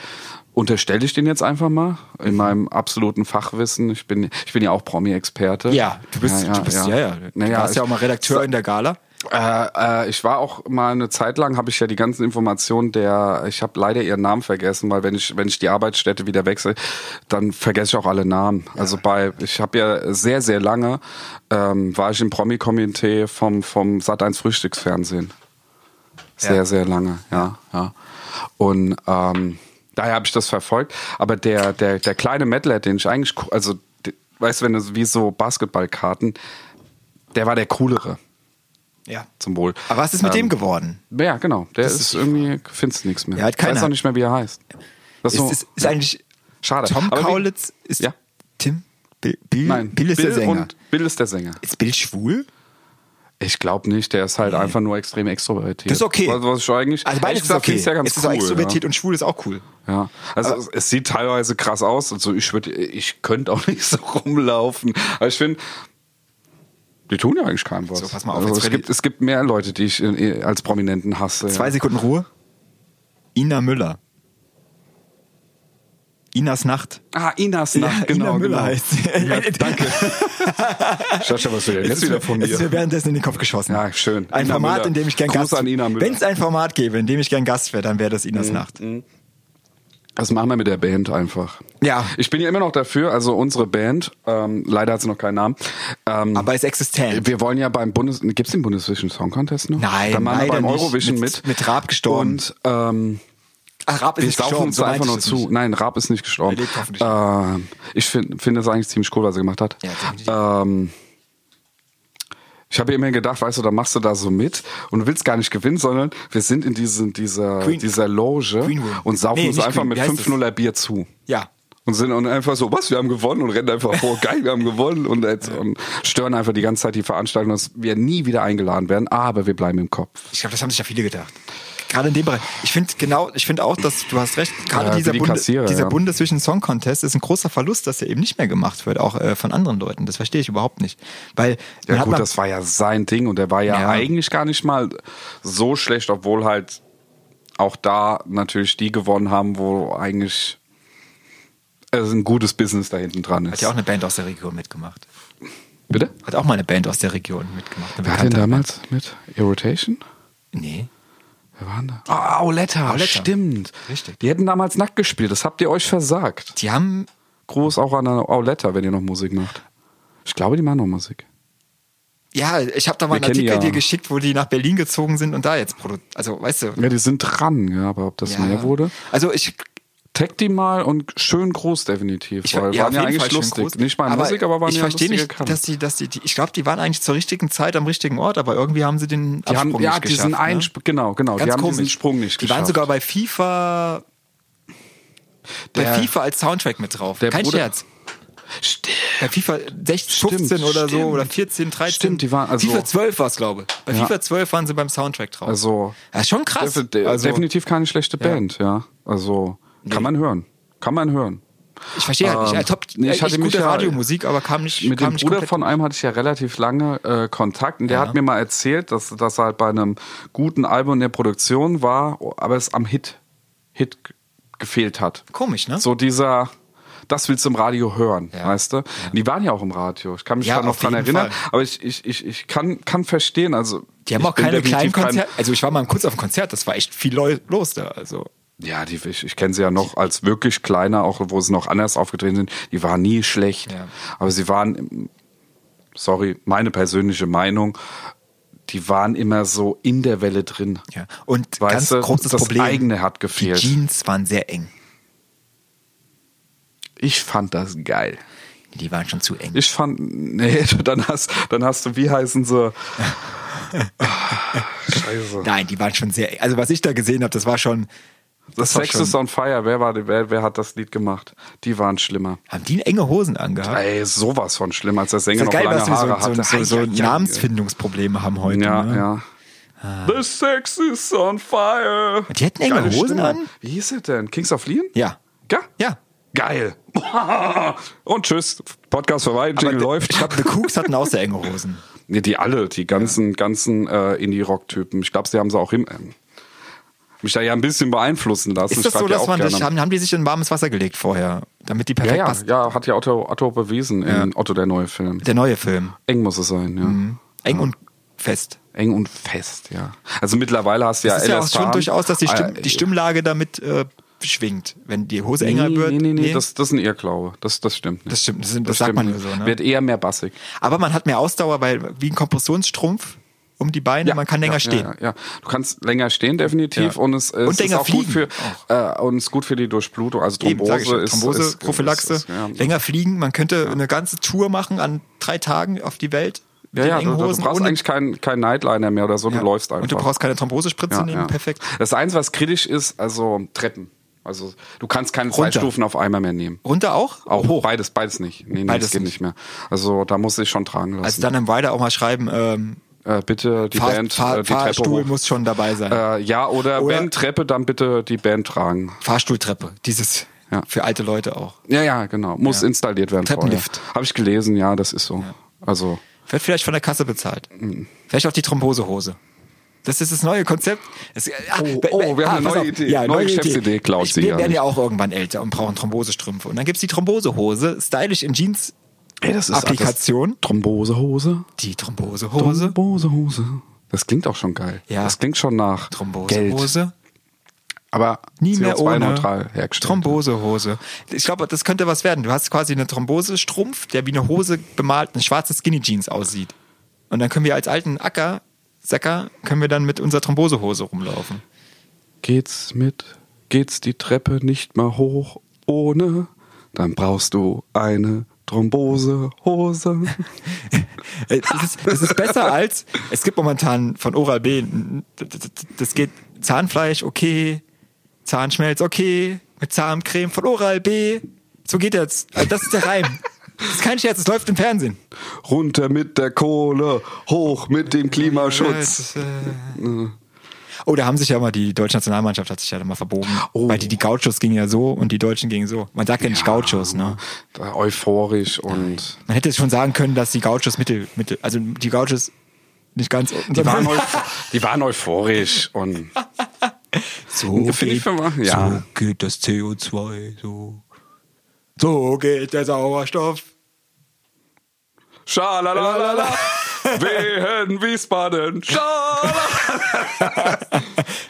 S1: Unterstelle ich den jetzt einfach mal in
S2: Mhm.
S1: meinem absoluten Fachwissen. Ich bin, ich bin ja auch Promi-Experte.
S2: Ja, du bist, du bist, ja, ja. Du
S1: Naja,
S2: warst ja auch
S1: ich-
S2: mal Redakteur in der Gala.
S1: äh, äh, ich war auch mal eine Zeit lang, habe ich ja die ganzen Informationen der, ich habe leider ihren Namen vergessen, weil wenn ich, wenn ich die Arbeitsstätte wieder wechsle, dann vergesse ich auch alle Namen. Also bei, ich habe ja sehr, sehr lange, ähm, war ich im Promi-Komitee vom, vom Sat1 Frühstücksfernsehen. Sehr,
S2: Ja.
S1: sehr lange, ja, ja. Und ähm, daher habe ich das verfolgt. Aber der, der, der kleine Metalhead, den ich eigentlich, co- also, de- weißt du, wenn du wie so Basketballkarten, der war der coolere
S2: Ja.
S1: zum Wohl.
S2: Aber was ist mit
S1: Ähm,
S2: dem geworden?
S1: Ja, genau. Der
S2: Das
S1: ist,
S2: ist die
S1: irgendwie, findest du nichts mehr.
S2: Ja, hat keiner.
S1: Weiß auch nicht mehr, wie er heißt. Das
S2: Ist,
S1: so-
S2: ist, ist eigentlich
S1: Schade.
S2: Tom
S1: Aber wie-
S2: Kaulitz ist
S1: Ja.
S2: Tim Bill, Bill,
S1: Nein,
S2: Bill ist der Sänger.
S1: Und Bill ist der Sänger.
S2: ist Bill schwul?
S1: Ich glaube nicht, der ist halt einfach nur extrem extrovertiert.
S2: Das ist okay.
S1: Also, was ich eigentlich,
S2: Also
S1: ehrlich
S2: beides ist
S1: gesagt,
S2: okay.
S1: find's Ja ganz
S2: es ist
S1: cool,
S2: auch extrovertiert und schwul ist auch cool.
S1: Ja. ja. Also es- es sieht teilweise krass aus. Also ich würde, ich könnte auch nicht so rumlaufen. Aber ich finde, die tun ja eigentlich keinem was.
S2: So, pass mal auf,
S1: also
S2: jetzt
S1: es,
S2: Freddy-
S1: gibt, es gibt mehr Leute, die ich äh, als Prominenten hasse.
S2: Zwei Sekunden Ruhe. Ina Müller. Inas Nacht.
S1: Ah, Inas Nacht,
S2: Ja,
S1: genau.
S2: Ina Müller
S1: genau.
S2: heißt sie.
S1: Ja, danke. Sascha, was will denn
S2: Es
S1: jetzt
S2: ist
S1: wieder
S2: mir-
S1: von
S2: es ist
S1: mir?
S2: mir währenddessen in den Kopf geschossen.
S1: Ja, schön.
S2: Ein
S1: Ina
S2: Format,
S1: Müller.
S2: in dem ich gern
S1: Gruß
S2: Gast
S1: an Ina Müller. Mhm.
S2: Wenn es ein Format gäbe, in dem ich gern Gast wäre, dann wäre das Inas Nacht.
S1: Das machen wir mit der Band einfach.
S2: Ja.
S1: Ich bin ja immer noch dafür, also unsere Band, ähm, leider hat sie noch keinen Namen. Ähm,
S2: Aber es existent.
S1: wir wollen ja beim Bundes... Gibt es den Bundesvision Song Contest noch?
S2: Nein,
S1: Dann machen wir
S2: leider
S1: beim
S2: nicht.
S1: Eurovision
S2: Mit-
S1: mit.
S2: mit Raab gestorben.
S1: Und ähm,
S2: Ach, Raab ist
S1: wir
S2: nicht
S1: saufen
S2: gestorben,
S1: uns
S2: so
S1: einfach
S2: meinte
S1: nur
S2: ich das
S1: zu.
S2: nicht.
S1: Nein, Raab ist nicht gestorben.
S2: Er lebt hoffentlich.
S1: Ähm, ich finde find das eigentlich ziemlich cool, was er gemacht hat.
S2: Ja, definitiv.
S1: ähm, ich habe immer gedacht, weißt du, da machst du da so mit und du willst gar nicht gewinnen, sondern wir sind in diesen, dieser,
S2: Queen-
S1: dieser Loge
S2: Queen Room.
S1: und saufen
S2: Nee,
S1: uns
S2: nicht
S1: einfach
S2: Queen,
S1: mit
S2: wie heißt
S1: 5-0er Bier zu.
S2: Ja.
S1: Und sind dann einfach so, was, wir haben gewonnen und rennen einfach vor, geil, wir haben gewonnen und, jetzt, und stören einfach die ganze Zeit die Veranstaltung, dass wir nie wieder eingeladen werden, aber wir bleiben im Kopf.
S2: Ich glaube, das haben sich ja viele gedacht. gerade in dem Bereich. Ich finde genau, ich finde auch, dass du hast recht, gerade
S1: Ja, wie
S2: dieser,
S1: die
S2: Bunde,
S1: Kassierer,
S2: dieser
S1: ja.
S2: Bundesvision Song Contest ist ein großer Verlust, dass er eben nicht mehr gemacht wird, auch äh, von anderen Leuten. Das verstehe ich überhaupt nicht. Weil man
S1: Ja
S2: hat
S1: gut,
S2: mal-
S1: das war ja sein Ding und der war ja,
S2: Ja.
S1: eigentlich gar nicht mal so schlecht, obwohl halt auch da natürlich die gewonnen haben, wo eigentlich also ein gutes Business da hinten dran
S2: hat
S1: ist.
S2: ja auch eine Band aus der Region mitgemacht.
S1: Bitte?
S2: Hat auch mal eine Band aus der Region mitgemacht. eine
S1: Wer hat denn
S2: bekannte
S1: damals mit Irritation?
S2: Band. Nee.
S1: Wer war denn da? Ah, Auletta,
S2: Auletta.
S1: stimmt.
S2: Richtig.
S1: Die hätten damals nackt gespielt, das habt ihr euch versagt.
S2: Die haben
S1: Groß auch an Auletta, wenn ihr noch Musik macht. Ich glaube, die machen noch Musik.
S2: Ja, ich habe da
S1: Wir
S2: mal einen
S1: kennen
S2: Artikel
S1: ja-
S2: dir geschickt, wo die nach Berlin gezogen sind und da jetzt produziert. Also, weißt du.
S1: Ja, die sind dran, ja, aber ob das
S2: ja.
S1: mehr wurde?
S2: Also, ich.
S1: Tag die mal und schön groß definitiv.
S2: Ich
S1: weil waren ja
S2: auf jeden
S1: eigentlich
S2: Fall schön
S1: lustig.
S2: groß.
S1: Nicht mal in Musik, aber waren
S2: ich
S1: ja
S2: verstehe
S1: lustige
S2: nicht,
S1: Kampf.
S2: dass die, dass die, die ich glaube, die waren eigentlich zur richtigen Zeit am richtigen Ort, aber irgendwie haben sie den
S1: die haben
S2: Absprung
S1: ja
S2: nicht geschafft.
S1: diesen
S2: ne?
S1: einen Sp- genau, genau,
S2: Ganz
S1: die haben
S2: komisch.
S1: diesen Sprung nicht
S2: Die
S1: geschafft.
S2: waren sogar bei FIFA.
S1: Der-
S2: bei FIFA als Soundtrack mit drauf.
S1: der
S2: Kein
S1: Bruder-
S2: Scherz.
S1: Stimmt.
S2: Bei FIFA 16,
S1: Stimmt,
S2: 15 oder so
S1: stimmt.
S2: oder 14, 13.
S1: Stimmt, die waren- also-
S2: FIFA 12 war es, glaube ich. Bei
S1: Ja.
S2: FIFA 12 waren sie beim Soundtrack drauf.
S1: Also-
S2: Ja, schon krass.
S1: Defi- de-
S2: also,
S1: definitiv keine schlechte Band, ja. Also kann man hören. Kann man hören.
S2: Ich verstehe halt nicht.
S1: Ähm,
S2: Ja, top,
S1: nee, ich
S2: echt
S1: hatte mich
S2: gute
S1: ja-
S2: Radiomusik, aber kam nicht.
S1: Mit
S2: kam
S1: dem
S2: nicht
S1: Bruder
S2: komplett-
S1: von einem hatte ich ja relativ lange äh, Kontakt und der hat mir mal erzählt, dass, dass er halt bei einem guten Album in der Produktion war, aber es am Hit, Hit g- gefehlt hat.
S2: Komisch, ne?
S1: So dieser, das willst du im Radio hören,
S2: Ja.
S1: weißt du? Die waren ja auch im Radio. Ich kann mich
S2: Ja,
S1: da noch
S2: auf
S1: dran
S2: jeden
S1: erinnern,
S2: Fall.
S1: aber ich, ich, ich, ich kann, kann verstehen. Also,
S2: Die haben
S1: ich
S2: auch
S1: bin
S2: keine kleinen
S1: definitiv kein-
S2: Konzerte. Also ich war mal kurz auf dem Konzert, das war echt viel Leu- los da. Also
S1: Ja, die, ich, ich kenne sie ja noch als wirklich kleiner, auch wo sie noch anders aufgetreten sind. Die waren nie schlecht.
S2: Ja.
S1: Aber sie waren, sorry, meine persönliche Meinung, die waren immer so in der Welle drin.
S2: ja. Und
S1: Weißt
S2: ganz
S1: du,
S2: großes
S1: das
S2: Problem.
S1: eigene hat gefehlt.
S2: Die Jeans waren sehr eng.
S1: Ich fand das geil.
S2: Die waren schon zu eng.
S1: Ich fand, nee, dann hast, dann hast du, wie heißen sie? Scheiße.
S2: Nein, die waren schon sehr eng. Also was ich da gesehen habe, das war schon.
S1: Das
S2: war
S1: Sex
S2: schon-
S1: is on Fire, wer, war, die- wer, wer hat das Lied gemacht? Die waren schlimmer.
S2: Haben die enge Hosen angehabt?
S1: Ey, sowas von schlimm, als der
S2: Ist
S1: Sänger
S2: ja
S1: noch
S2: geil,
S1: lange
S2: dass die
S1: Haare
S2: so, so,
S1: hatte.
S2: so, so
S1: Ei, ei, ei.
S2: Namensfindungsprobleme haben heute.
S1: Ja,
S2: ne?
S1: ja. The sex is on fire.
S2: Die hatten enge
S1: Geile
S2: Hosen
S1: Stimme.
S2: an?
S1: Wie hieß es denn? Kings of Leon?
S2: Ja.
S1: Ja?
S2: Ja.
S1: Geil. Und tschüss. Podcast vorbei,
S2: Aber
S1: Jingle läuft.
S2: Ich glaube, The Cooks hatten auch sehr enge Hosen.
S1: Nee, die alle, die ganzen, ganzen äh, Indie-Rock-Typen. Ich glaube, sie haben sie auch hin, ähm, mich da ja ein bisschen beeinflussen lassen.
S2: Ist
S1: Ich
S2: das
S1: schreib
S2: so,
S1: ja
S2: dass
S1: auch
S2: man das,
S1: gerne.
S2: haben, haben die sich in warmes Wasser gelegt vorher, damit die
S1: ja,
S2: perfekt
S1: ja,
S2: passt?
S1: ja, hat ja Otto, Otto bewiesen in Otto der neue Film.
S2: Der Mhm. neue Film.
S1: Eng muss es sein, ja.
S2: Eng und fest.
S1: Eng und fest, ja. Also mittlerweile hast du ja
S2: Es ist ja auch
S1: LS
S2: schon
S1: Farm.
S2: durchaus, dass die, Stimm,
S1: Ah,
S2: die Stimmlage damit äh, schwingt. Wenn die Hose enger
S1: nee,
S2: wird.
S1: Nee, nee, nee, das, das ist ein Irrglaube. Das, das stimmt nicht.
S2: Das stimmt, das sind- das sagt
S1: stimmt
S2: man
S1: nicht.
S2: nur so, ne?
S1: Wird eher mehr bassig.
S2: Aber man hat mehr Ausdauer, weil wie ein Kompressionsstrumpf um die Beine, man kann länger
S1: ja,
S2: stehen.
S1: Ja, ja. Du kannst länger stehen, definitiv.
S2: Ja.
S1: Und es, es
S2: Und
S1: ist
S2: länger
S1: auch gut
S2: fliegen
S1: für äh, und ist gut für die Durchblutung. Also
S2: Eben,
S1: Thrombose
S2: sag ich ja.
S1: ist.
S2: Thrombose,
S1: ist,
S2: Prophylaxe,
S1: Ist, ist, ja.
S2: länger fliegen. Man könnte eine ganze Tour machen an drei Tagen auf die Welt.
S1: Ja,
S2: mit den
S1: ja,
S2: engen
S1: du, du
S2: Hosen
S1: brauchst
S2: ohne-
S1: eigentlich keinen kein Nightliner mehr oder so,
S2: Ja.
S1: du läufst einfach.
S2: Und du brauchst keine Thrombosespritze
S1: Ja,
S2: nehmen,
S1: ja.
S2: perfekt.
S1: Das Einzige, was kritisch ist, also Treppen. Also du kannst keine zwei
S2: Runter.
S1: Stufen auf einmal mehr nehmen.
S2: Runter auch?
S1: Auch beides, beides nicht. Nee, nee,
S2: Beides
S1: das geht
S2: nicht.
S1: nicht mehr. Also da muss ich schon tragen lassen.
S2: Also dann im Rider auch mal schreiben, ähm,
S1: äh, bitte die
S2: Fahr
S1: Band,
S2: Fahr
S1: äh, die Treppe
S2: Fahrstuhl
S1: hoch.
S2: muss schon dabei sein.
S1: Äh, ja, oder,
S2: Oder-
S1: wenn Treppe, dann bitte die Band tragen.
S2: Fahrstuhltreppe, dieses
S1: Ja.
S2: für alte Leute auch.
S1: Ja, ja, genau. Muss
S2: Ja.
S1: installiert werden.
S2: Treppenlift.
S1: Habe ich gelesen, ja, das ist so. Also,
S2: Wird vielleicht von der Kasse bezahlt. Vielleicht auch die Thrombosehose. Das ist das neue Konzept. Es, ah,
S1: Oh,
S2: be-
S1: oh,
S2: be-
S1: wir haben eine
S2: pass
S1: neue
S2: auf.
S1: Idee. Neue Geschäftsidee, Cloud
S2: Ich-
S1: Sieger.
S2: Wir werden ja auch irgendwann älter und brauchen Thrombosestrümpfe. Und dann gibt's die Thrombosehose, stylisch in Jeans.
S1: ey, das
S2: Applikation.
S1: Das Thrombosehose.
S2: Die Thrombosehose.
S1: Thrombosehose. Das klingt auch schon geil.
S2: Ja.
S1: Das klingt schon nach Geld.
S2: Thrombosehose.
S1: Aber
S2: Nie mehr ohne
S1: CO2-neutral hergestellt.
S2: Thrombosehose. Ich glaube, das könnte was werden. Du hast quasi eine Thrombosestrumpf, der wie eine Hose bemalt, eine schwarze Skinny Jeans aussieht. Und dann können wir als alten Acker, Säcker, können wir dann mit unserer Thrombosehose rumlaufen.
S1: geht's mit, geht's die Treppe nicht mal hoch ohne, dann brauchst du eine Thrombosehose.
S2: Äh, Es ist, es ist besser als, es gibt momentan von Oral B, n- d- d- d- das geht Zahnfleisch, okay, Zahnschmelz, okay, mit Zahncreme von Oral B. So geht jetzt. Also Das ist der Reim. Das ist kein Scherz, es läuft im Fernsehen.
S1: Runter mit der Kohle, hoch mit dem Klimaschutz.
S2: Äh, das, äh. Oh, da haben sich ja mal die deutsche Nationalmannschaft hat sich ja mal verbogen.
S1: Oh.
S2: Weil die, die Gauchos gingen ja so und die Deutschen gingen so. Man sagt ja nicht Gauchos, ne?
S1: Da euphorisch und
S2: Man hätte schon sagen können, dass die Gauchos mittel, mittel, also die Gauchos nicht ganz
S1: die waren, euph die waren euphorisch und
S2: so,
S1: Ja, finde ich
S2: geht,
S1: schon mal, ja.
S2: so geht das CO2, so. So geht der Sauerstoff.
S1: Schalalala. Wehen Wiesbaden. Schalala.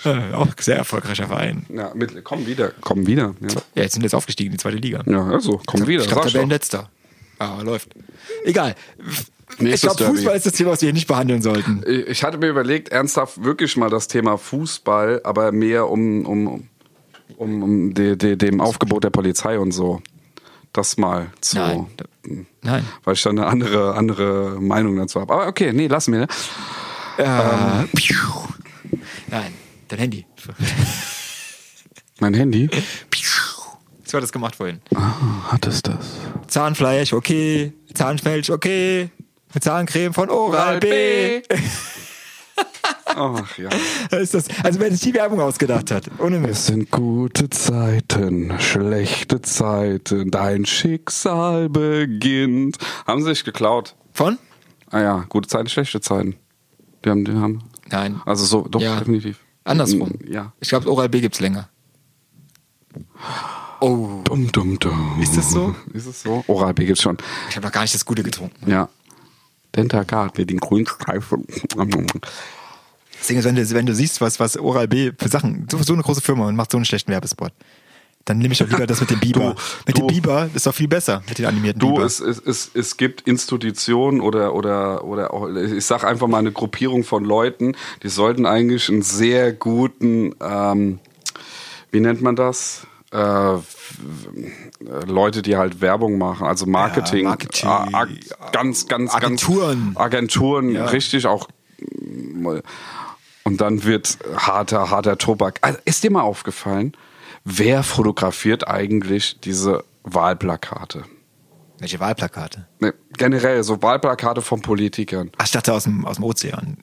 S2: Äh, auch sehr erfolgreicher Verein.
S1: Ja, mit, komm wieder, komm wieder. Ja,
S2: Ja, jetzt sind jetzt aufgestiegen in die zweite Liga.
S1: ja also, komm wieder.
S2: ich glaube,
S1: sag's doch.
S2: Tabellenletzter. Ah, läuft. Egal. ich
S1: Nächstes
S2: glaube, Fußball
S1: Derby.
S2: ist das Thema, was wir hier nicht behandeln sollten.
S1: Ich hatte mir überlegt, ernsthaft wirklich mal das Thema Fußball, aber mehr um, um, um, um de, de, dem Aufgebot der Polizei und so. Das mal zu.
S2: Nein. Nein.
S1: Weil ich da eine andere, andere Meinung dazu habe. Aber okay, nee, lassen wir. Ne?
S2: Äh, piu. Nein, dein Handy.
S1: Mein Handy. Ah,
S2: Piu. So hat das gemacht vorhin.
S1: Hat es das?
S2: Zahnfleisch, okay. Zahnfleisch, okay. Mit Zahncreme von Oral B.
S1: Ach ja.
S2: Ist das, also wer sich die Werbung ausgedacht hat, ohne Mist.
S1: Es sind gute Zeiten, schlechte Zeiten, dein Schicksal beginnt. Haben sie sich geklaut?
S2: Von?
S1: Ah ja, gute Zeiten, schlechte Zeiten. Die haben, die haben.
S2: Nein.
S1: Also so, doch,
S2: Ja.
S1: definitiv.
S2: Andersrum.
S1: Mm, Ja.
S2: Ich glaube, Oral B gibt's länger. Oh,
S1: Dum, dum, dum.
S2: Ist das so?
S1: Ist es so? Oral B gibt's schon.
S2: ich habe noch gar nicht das Gute getrunken.
S1: Ja. Dentakat mit den grünen Streifen.
S2: Das Ding ist, wenn du, wenn du siehst, was, was Oral B für Sachen, so, so eine große Firma und macht so einen schlechten Werbespot, dann nehme ich doch lieber das mit dem Biber.
S1: Du,
S2: mit
S1: du.
S2: dem Biber ist doch viel besser, mit den animierten
S1: Du,
S2: Biber.
S1: es, es, es, es gibt Institutionen oder, oder, oder auch, ich sag einfach mal eine Gruppierung von Leuten, die sollten eigentlich einen sehr guten, ähm, wie nennt man das? Äh, w- äh, Leute, die halt Werbung machen, also Marketing,
S2: Ja, Marketing.
S1: Ah, ag- ganz, ganz,
S2: Agenturen.
S1: ganz, Agenturen,
S2: Ja.
S1: richtig auch. mm, Und dann wird harter, harter Tobak. Also, ist dir mal aufgefallen, wer fotografiert eigentlich diese Wahlplakate?
S2: Welche Wahlplakate?
S1: Ne, generell, so Wahlplakate von Politikern.
S2: Ach, ich dachte aus dem, aus dem Ozean.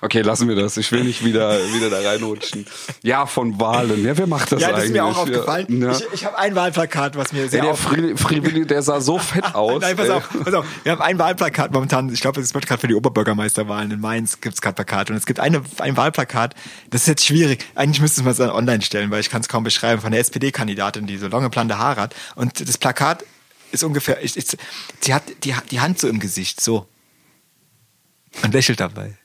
S1: Okay, lassen wir das. Ich will nicht wieder, wieder da reinrutschen. Ja, von Wahlen. Ja, wer macht das
S2: ja, das
S1: eigentlich?
S2: ist mir auch
S1: Ja,
S2: aufgefallen.
S1: ne?
S2: Ich, ich habe ein Wahlplakat, was mir
S1: Ey,
S2: sehr
S1: der
S2: auf
S1: Fri- Frivilli, der sah so fett aus.
S2: Nein, pass
S1: ey.
S2: auf, pass auf. Wir haben ein Wahlplakat momentan. Ich glaube, es wird gerade für die Oberbürgermeisterwahlen in Mainz gibt es gerade Plakate. Und es gibt eine, ein Wahlplakat, das ist jetzt schwierig. Eigentlich müsste man es dann online stellen, weil ich kann es kaum beschreiben, von der SPD-Kandidatin, die so lange blonde Haare hat. Und das Plakat ist ungefähr, ich, ich, sie hat die, die Hand so im Gesicht, so. Und lächelt dabei.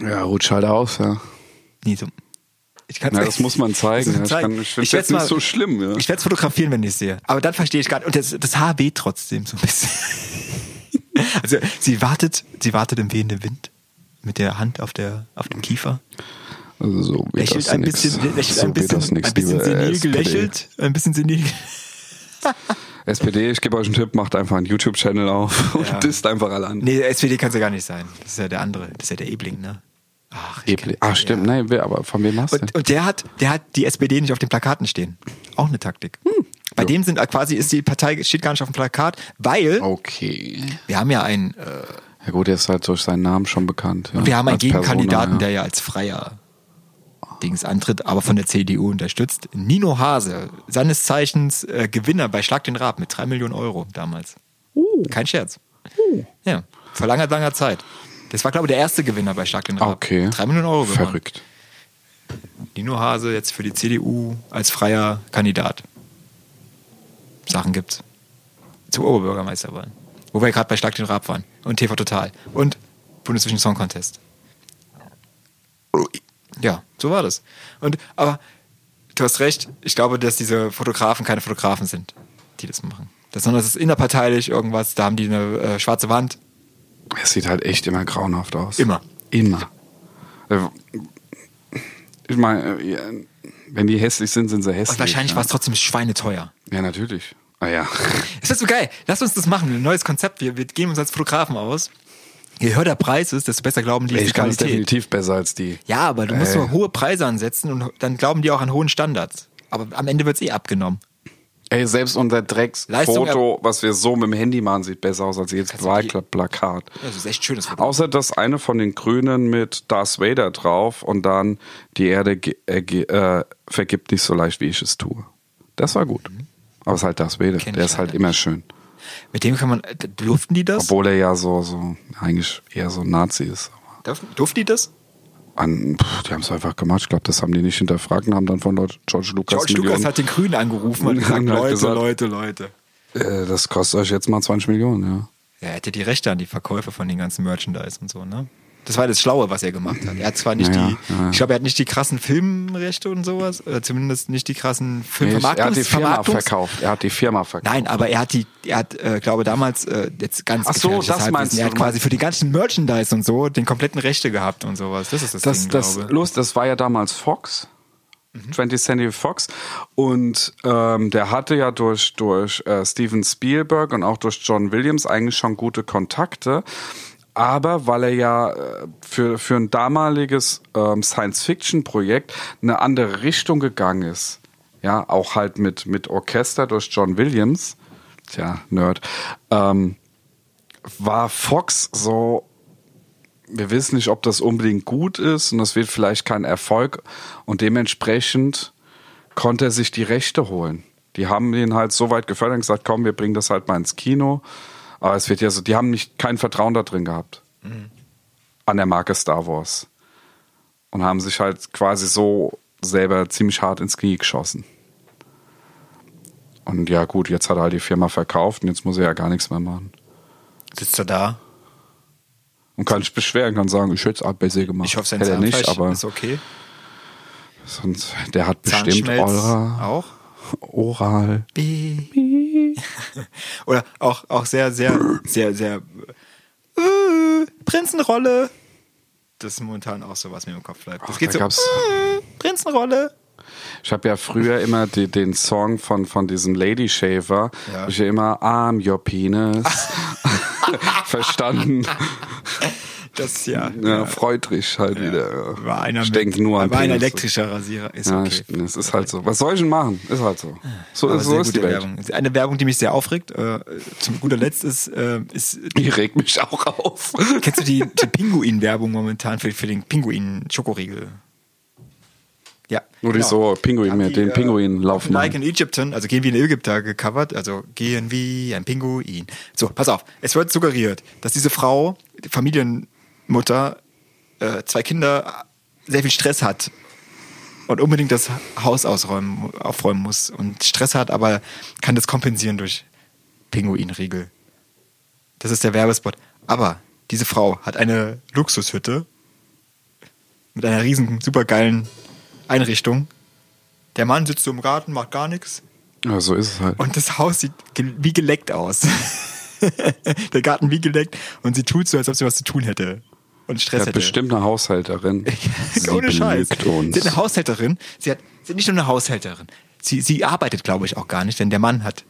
S1: Ja, rutscht halt aus, ja.
S2: Nie so. Ich kann's
S1: Na, das muss man zeigen,
S2: Das muss
S1: ja. Ich kann- ich find's
S2: werd's
S1: jetzt nicht so schlimm, ja.
S2: Ich werde es fotografieren, wenn ich sehe. Aber dann verstehe ich gar nicht. Und das, das Haar weht trotzdem so ein bisschen. also sie wartet, sie wartet im wehenden Wind mit der Hand auf, der, auf dem Kiefer.
S1: Also so wird
S2: Lächelt
S1: das
S2: ein
S1: nix.
S2: bisschen, lächelt
S1: so
S2: ein
S1: wird
S2: bisschen,
S1: das nix,
S2: ein bisschen
S1: liebe
S2: senil
S1: SPD.
S2: gelächelt. Ein bisschen senil.
S1: SPD, ich gebe euch einen Tipp, macht einfach einen YouTube-Channel auf und
S2: Ja.
S1: disst einfach alle an.
S2: Nee, SPD kann es ja gar nicht sein. Das ist ja der andere. Das ist ja der Ebling, ne? Ach, ich kenn-
S1: Ah, stimmt.
S2: Ja.
S1: Nein, wer, aber von wem machst du denn?
S2: Und, und der, hat, der hat die SPD nicht auf den Plakaten stehen. Auch eine Taktik.
S1: Hm.
S2: Bei dem sind äh, quasi ist die Partei steht gar nicht auf dem Plakat, weil
S1: Oh. Okay.
S2: wir haben ja einen äh,
S1: Ja gut, er ist halt durch seinen Namen schon bekannt. Ja.
S2: wir haben einen
S1: Als Persona,
S2: Gegenkandidaten,
S1: ja.
S2: der ja als freier Dings antritt, aber von der CDU unterstützt. Nino Hase, seines Zeichens äh, Gewinner bei Schlag den Raab mit drei Millionen Euro damals.
S1: Uh.
S2: Kein Scherz. Ja, vor langer, langer Zeit. Das war, glaube ich, der erste Gewinner bei Schlag den Raab.
S1: Okay.
S2: Drei Millionen Euro gewonnen.
S1: Verrückt.
S2: Nino Hase jetzt für die CDU als freier Kandidat. Sachen gibt's. Zur Oberbürgermeisterwahl. Wo wir gerade bei Schlag den Raab waren. Und TV Total. Und Bundesvision Song Contest. Ja, so war das. Und, aber du hast recht, ich glaube, dass diese Fotografen keine Fotografen sind, die das machen. Das, sondern es ist innerparteilich irgendwas, da haben die eine äh, schwarze Wand.
S1: Es sieht halt echt immer grauenhaft aus.
S2: Immer.
S1: Immer. Äh, Ich meine, äh, ja, wenn die hässlich sind, sind sie hässlich.
S2: Und wahrscheinlich
S1: ja.
S2: war es trotzdem schweineteuer.
S1: Ja, natürlich. Ah ja.
S2: Es wird so geil. Lass uns das machen. Ein neues Konzept. Wir, wir geben uns als Fotografen aus. Je höher der Preis ist, desto besser glauben die,
S1: Ey,
S2: ist Äh. die
S1: ich kann es
S2: Qualität.
S1: definitiv besser als die.
S2: Ja, aber du musst
S1: Ey.
S2: nur hohe Preise ansetzen und dann glauben die auch an hohen Standards. Aber am Ende wird es eh abgenommen.
S1: Ey, selbst unser
S2: Leistung
S1: Drecksfoto, was wir so mit dem Handy machen, sieht besser aus als jedes
S2: du die-
S1: Wahlplakat.
S2: Das ist echt schönes Foto.
S1: Außer das eine von den Grünen mit Darth Vader drauf und dann die Erde ge- äh, ge- äh, vergibt nicht so leicht, wie ich es tue. Das war gut. Aber es ist halt Darth Vader.
S2: Mhm. Kenn
S1: Der
S2: ich
S1: ist halt
S2: leider
S1: immer schön.
S2: Mit dem kann man. äh, Durften die das?
S1: Obwohl er ja so, so eigentlich eher so ein Nazi ist.
S2: Darf, durften die das?
S1: An, pff, die haben es einfach gemacht. Ich glaube, das haben die nicht hinterfragt und haben dann von Leute- George Lucas
S2: George Lucas
S1: Millionen.
S2: hat den Grünen angerufen und gesagt:
S1: Hat
S2: Leute,
S1: gesagt-
S2: Leute, Leute.
S1: äh, das kostet euch jetzt mal 20 Millionen, ja.
S2: Er hätte die Rechte an die Verkäufe von den ganzen Merchandise und so, ne? Das war das Schlaue, was er gemacht hat. Er hat zwar nicht
S1: Ja,
S2: die,
S1: ja, ja.
S2: ich glaube, er hat nicht die krassen Filmrechte und sowas, oder zumindest nicht die krassen
S1: Nee,
S2: Filmvermarktungs-
S1: er hat die Firma
S2: Vermarktungs-
S1: verkauft. Er hat die Firma verkauft.
S2: Nein, aber er hat die, er hat, äh, glaube damals äh, jetzt ganz
S1: Ach so,
S2: gefährliches
S1: das
S2: Halbwissen.
S1: meinst
S2: Er
S1: du,
S2: hat
S1: du meinst-
S2: quasi für die ganzen Merchandise und so den kompletten Rechte gehabt und sowas. Das ist das,
S1: das,
S2: Ding,
S1: das,
S2: glaube Mhm.
S1: los, das war ja damals Fox. 20th Century Fox. Und ähm, der hatte ja durch, durch äh, Steven Spielberg und auch durch John Williams eigentlich schon gute Kontakte. Aber weil er ja äh, für, für ein damaliges ähm, Science-Fiction-Projekt eine andere Richtung gegangen ist, ja, auch halt mit, mit Orchester durch John Williams, tja, Nerd, ähm, war Fox so wir wissen nicht, ob das unbedingt gut ist und das wird vielleicht kein Erfolg. Und dementsprechend konnte er sich die Rechte holen. Die haben ihn halt so weit gefördert und gesagt, komm, wir bringen das halt mal ins Kino. Aber es wird ja so, die haben nicht kein Vertrauen da drin gehabt. An der Marke Star Wars. Und haben sich halt quasi so selber ziemlich hart ins Knie geschossen. Und ja, gut, jetzt hat er halt die Firma verkauft und jetzt muss er ja gar nichts mehr machen.
S2: Sitzt er da?
S1: Und kann sich beschweren, kann sagen, ich hätte es besser gemacht.
S2: Ich hoffe, sein also
S1: Hätte er nicht,
S2: Zahnfleisch
S1: aber
S2: ist okay.
S1: Sonst, der hat bestimmt
S2: Zahnschmelz
S1: Ora,
S2: auch.
S1: Oral.
S2: Oder auch, auch sehr, sehr, sehr, sehr äh, Prinzenrolle. Das ist momentan auch so, was mir im Kopf bleibt. Das
S1: Ach,
S2: geht
S1: da
S2: so,
S1: gab's-
S2: äh, Prinzenrolle.
S1: Ich habe ja früher immer die, den Song von, von diesem Lady Shaver,
S2: Ja.
S1: hab ich ja immer Arm Your Penis verstanden.
S2: Das ja.
S1: Ja, Freudrich halt wieder.
S2: War einer
S1: ich denk nur an
S2: war ein
S1: Penis.
S2: elektrischer Rasierer. Ist
S1: Ja,
S2: okay. Ah,
S1: ich, es ist halt so. Was soll ich denn machen? Ist halt so. So,
S2: Aber
S1: ist, so
S2: sehr
S1: ist die
S2: gute
S1: Welt.
S2: Werbung. Eine Werbung, die mich sehr aufregt. Äh, zum guter Letzt ist, äh, ist
S1: Die regt mich auch auf.
S2: kennst du die, die Pinguin-Werbung momentan für, für den Pinguin-Schokoriegel? Ja.
S1: Nur die so Pinguin
S2: Genau. Haben
S1: mehr,
S2: die,
S1: den
S2: äh,
S1: Pinguin laufen.
S2: Like in Egyptian, also gehen wie in Ägypter gecovert, also gehen wie ein Pinguin. So, pass auf, es wird suggeriert, dass diese Frau, die Familienmutter, äh, zwei Kinder, äh, sehr viel Stress hat und unbedingt das Haus ausräumen, aufräumen muss und Stress hat, aber kann das kompensieren durch Pinguinriegel. Das ist der Werbespot. Aber diese Frau hat eine Luxushütte mit einer riesen, supergeilen Einrichtung. Der Mann sitzt so im Garten, macht gar nichts.
S1: ja, so ist es halt.
S2: Und das Haus sieht ge wie geleckt aus. der Garten wie geleckt. Und sie tut so, als ob sie was zu tun hätte. Und
S1: Er
S2: Stress
S1: hat
S2: hätte.
S1: bestimmt eine Haushälterin. Sie
S2: Ohne Scheiß.
S1: belügt uns.
S2: Sie hat eine Haushälterin. Sie hat, sie hat nicht nur eine Haushälterin. Sie, sie arbeitet, glaube ich, auch gar nicht, denn der Mann hat.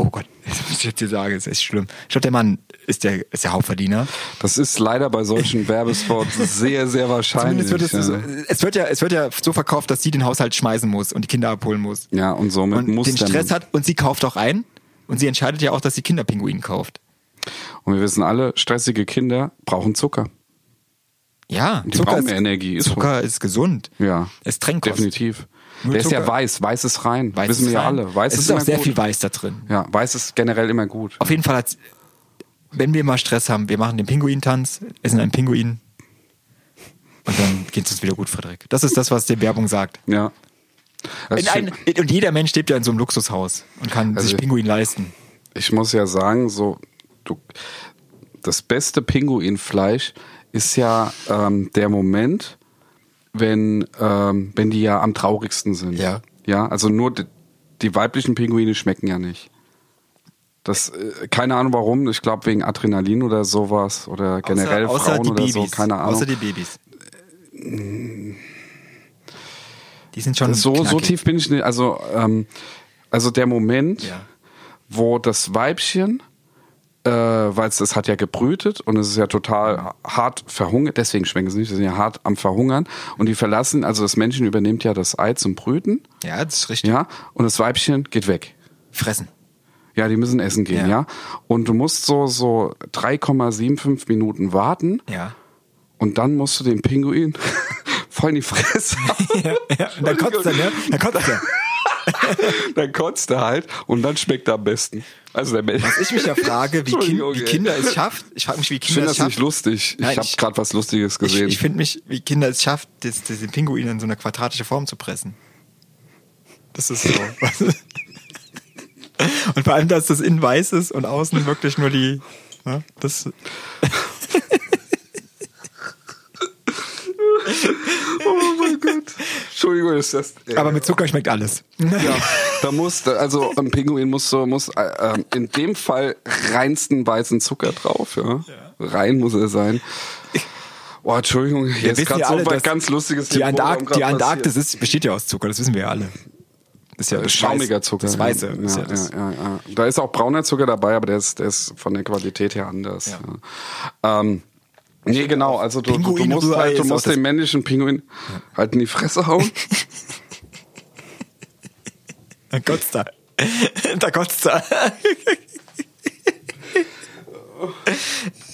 S2: Oh Gott, das muss ich jetzt hier sagen, das ist echt schlimm. Ich glaube, der Mann ist der, ist der Hauptverdiener.
S1: Das ist leider bei solchen Werbespots sehr, sehr wahrscheinlich.
S2: Zumindest wird es,
S1: ja.
S2: es, wird ja, es wird ja so verkauft, dass sie den Haushalt schmeißen muss und die Kinder abholen muss.
S1: ja, und somit
S2: und
S1: Ne, muss
S2: den
S1: der
S2: Stress
S1: Mann-
S2: hat und sie kauft auch ein. Und sie entscheidet ja auch, dass sie Kinderpinguin kauft.
S1: Und wir wissen alle, stressige Kinder brauchen Zucker.
S2: Ja,
S1: Die brauchen mehr Energie, ist so.
S2: Zucker ist gesund.
S1: Ja.
S2: Ist Trennkost.
S1: Definitiv.
S2: Nur
S1: der ist ja
S2: Zucker.
S1: weiß, weiß ist rein.
S2: Weiß
S1: wissen
S2: ist
S1: wir ja
S2: fein.
S1: alle. Weiß
S2: es
S1: ist,
S2: ist auch
S1: immer
S2: sehr
S1: gut.
S2: viel Weiß da drin.
S1: Ja, weiß ist generell immer gut.
S2: Auf jeden Fall hat's, wenn wir mal Stress haben, wir machen den Pinguin-Tanz, essen einen Pinguin und dann geht's uns wieder gut, Frederik. Das ist das, was die Werbung sagt.
S1: Ja. Also
S2: In
S1: ich,
S2: ein,
S1: find-
S2: in, und jeder Mensch lebt ja in so einem Luxushaus und kann
S1: Also-
S2: sich Pinguin leisten.
S1: ich muss ja sagen, so du, das beste Pinguinfleisch ist ja ähm, der Moment, wenn, ähm, wenn die ja am traurigsten sind.
S2: Ja.
S1: Ja, also nur die, die weiblichen Pinguine schmecken ja nicht. Das, äh, keine Ahnung warum, ich glaube wegen Adrenalin oder sowas oder generell
S2: außer,
S1: Frauen
S2: die
S1: oder
S2: Babys.
S1: so, keine Ahnung.
S2: Außer die Babys. Die sind schon
S1: so, so
S2: knackig.
S1: tief bin ich nicht. Also, ähm, also der Moment,
S2: Ja.
S1: wo das Weibchen, äh, weil es das hat ja gebrütet und es ist ja total hart verhungert, deswegen schmecken sie nicht, sie sind ja hart am Verhungern und die verlassen, also das Männchen übernimmt ja das Ei zum Brüten,
S2: Ja, das ist richtig.
S1: ja, und das Weibchen geht weg.
S2: Fressen.
S1: Ja, die müssen essen gehen, ja.
S2: Ja.
S1: Und du musst so, so 3,75 Minuten warten
S2: Ja.
S1: und dann musst du den Pinguin voll in die Fresse.
S2: ja, ja. Und dann kotzt er, ne? Dann kotzt er.
S1: dann kotzt er halt und dann schmeckt er am besten. Also der Mensch.
S2: Was ich mich ja frage, wie, kind,
S1: Entschuldigung,
S2: wie
S1: ey.
S2: Kinder es schafft. Ich frage mich, wie
S1: Ich
S2: Kinder
S1: finde
S2: es
S1: das nicht
S2: schafft.
S1: lustig.
S2: Nein,
S1: ich habe
S2: ich-
S1: gerade was Lustiges
S2: Ich,
S1: gesehen.
S2: ich finde mich, wie Kinder es schafft, das, das, den Pinguin in so eine quadratische Form zu pressen. Das ist so. und vor allem, dass das innen weiß ist und außen wirklich nur die. Ne, das,
S1: oh mein Gott. Entschuldigung, ist das. ey.
S2: aber mit Zucker schmeckt alles.
S1: Ja, da muss, also ein Pinguin muss so, muss äh, ähm, in dem Fall reinsten weißen Zucker drauf, ja. Rein muss er sein. Oh, Entschuldigung, hier ist gerade so was
S2: dass
S1: ganz Lustiges
S2: Die,
S1: im Programm
S2: Antark die
S1: grad
S2: Antarktis
S1: passiert.
S2: ist, besteht ja aus Zucker, das wissen wir ja alle. Ist ja das
S1: Schaumiger
S2: Weiß-
S1: Zucker.
S2: Das Weiße.
S1: ja,
S2: ist ja, das.
S1: ja, ja, ja. Da ist auch brauner Zucker dabei, aber der ist, der ist von der Qualität her anders. Ja.
S2: Ja.
S1: Ähm, nee, genau, also du, du, du
S2: Pinguin
S1: musst,
S2: Rührei
S1: halt, du
S2: ist auch
S1: musst
S2: das-
S1: den männlichen Pinguin halt in die Fresse hauen.
S2: Dann kotzt er. Da kotzt er.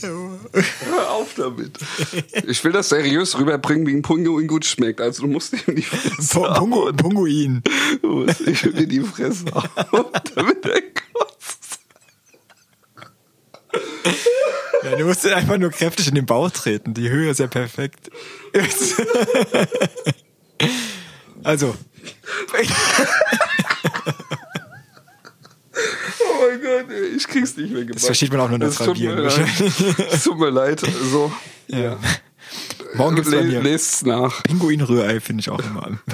S1: Hör auf damit. Ich will das seriös rüberbringen, wie ein Pinguin gut schmeckt. Also du musst ihm die Fresse
S2: Pu- Pungu- Punguin.
S1: Du musst ihm in die Fresse hauen, damit er kotzt.
S2: Ja, du musst ihn einfach nur kräftig in den Bauch treten. Die Höhe ist ja perfekt. Also,
S1: Oh mein Gott, ey, ich krieg's nicht mehr gemacht.
S2: Das versteht man auch nur nach
S1: Das tut mir
S2: Radieren.
S1: leid. Es tut mir leid. So.
S2: ja. morgen gibt's bei
S1: Le-
S2: mir
S1: Lest's nach.
S2: Pinguin-Rührei, finde ich auch immer an.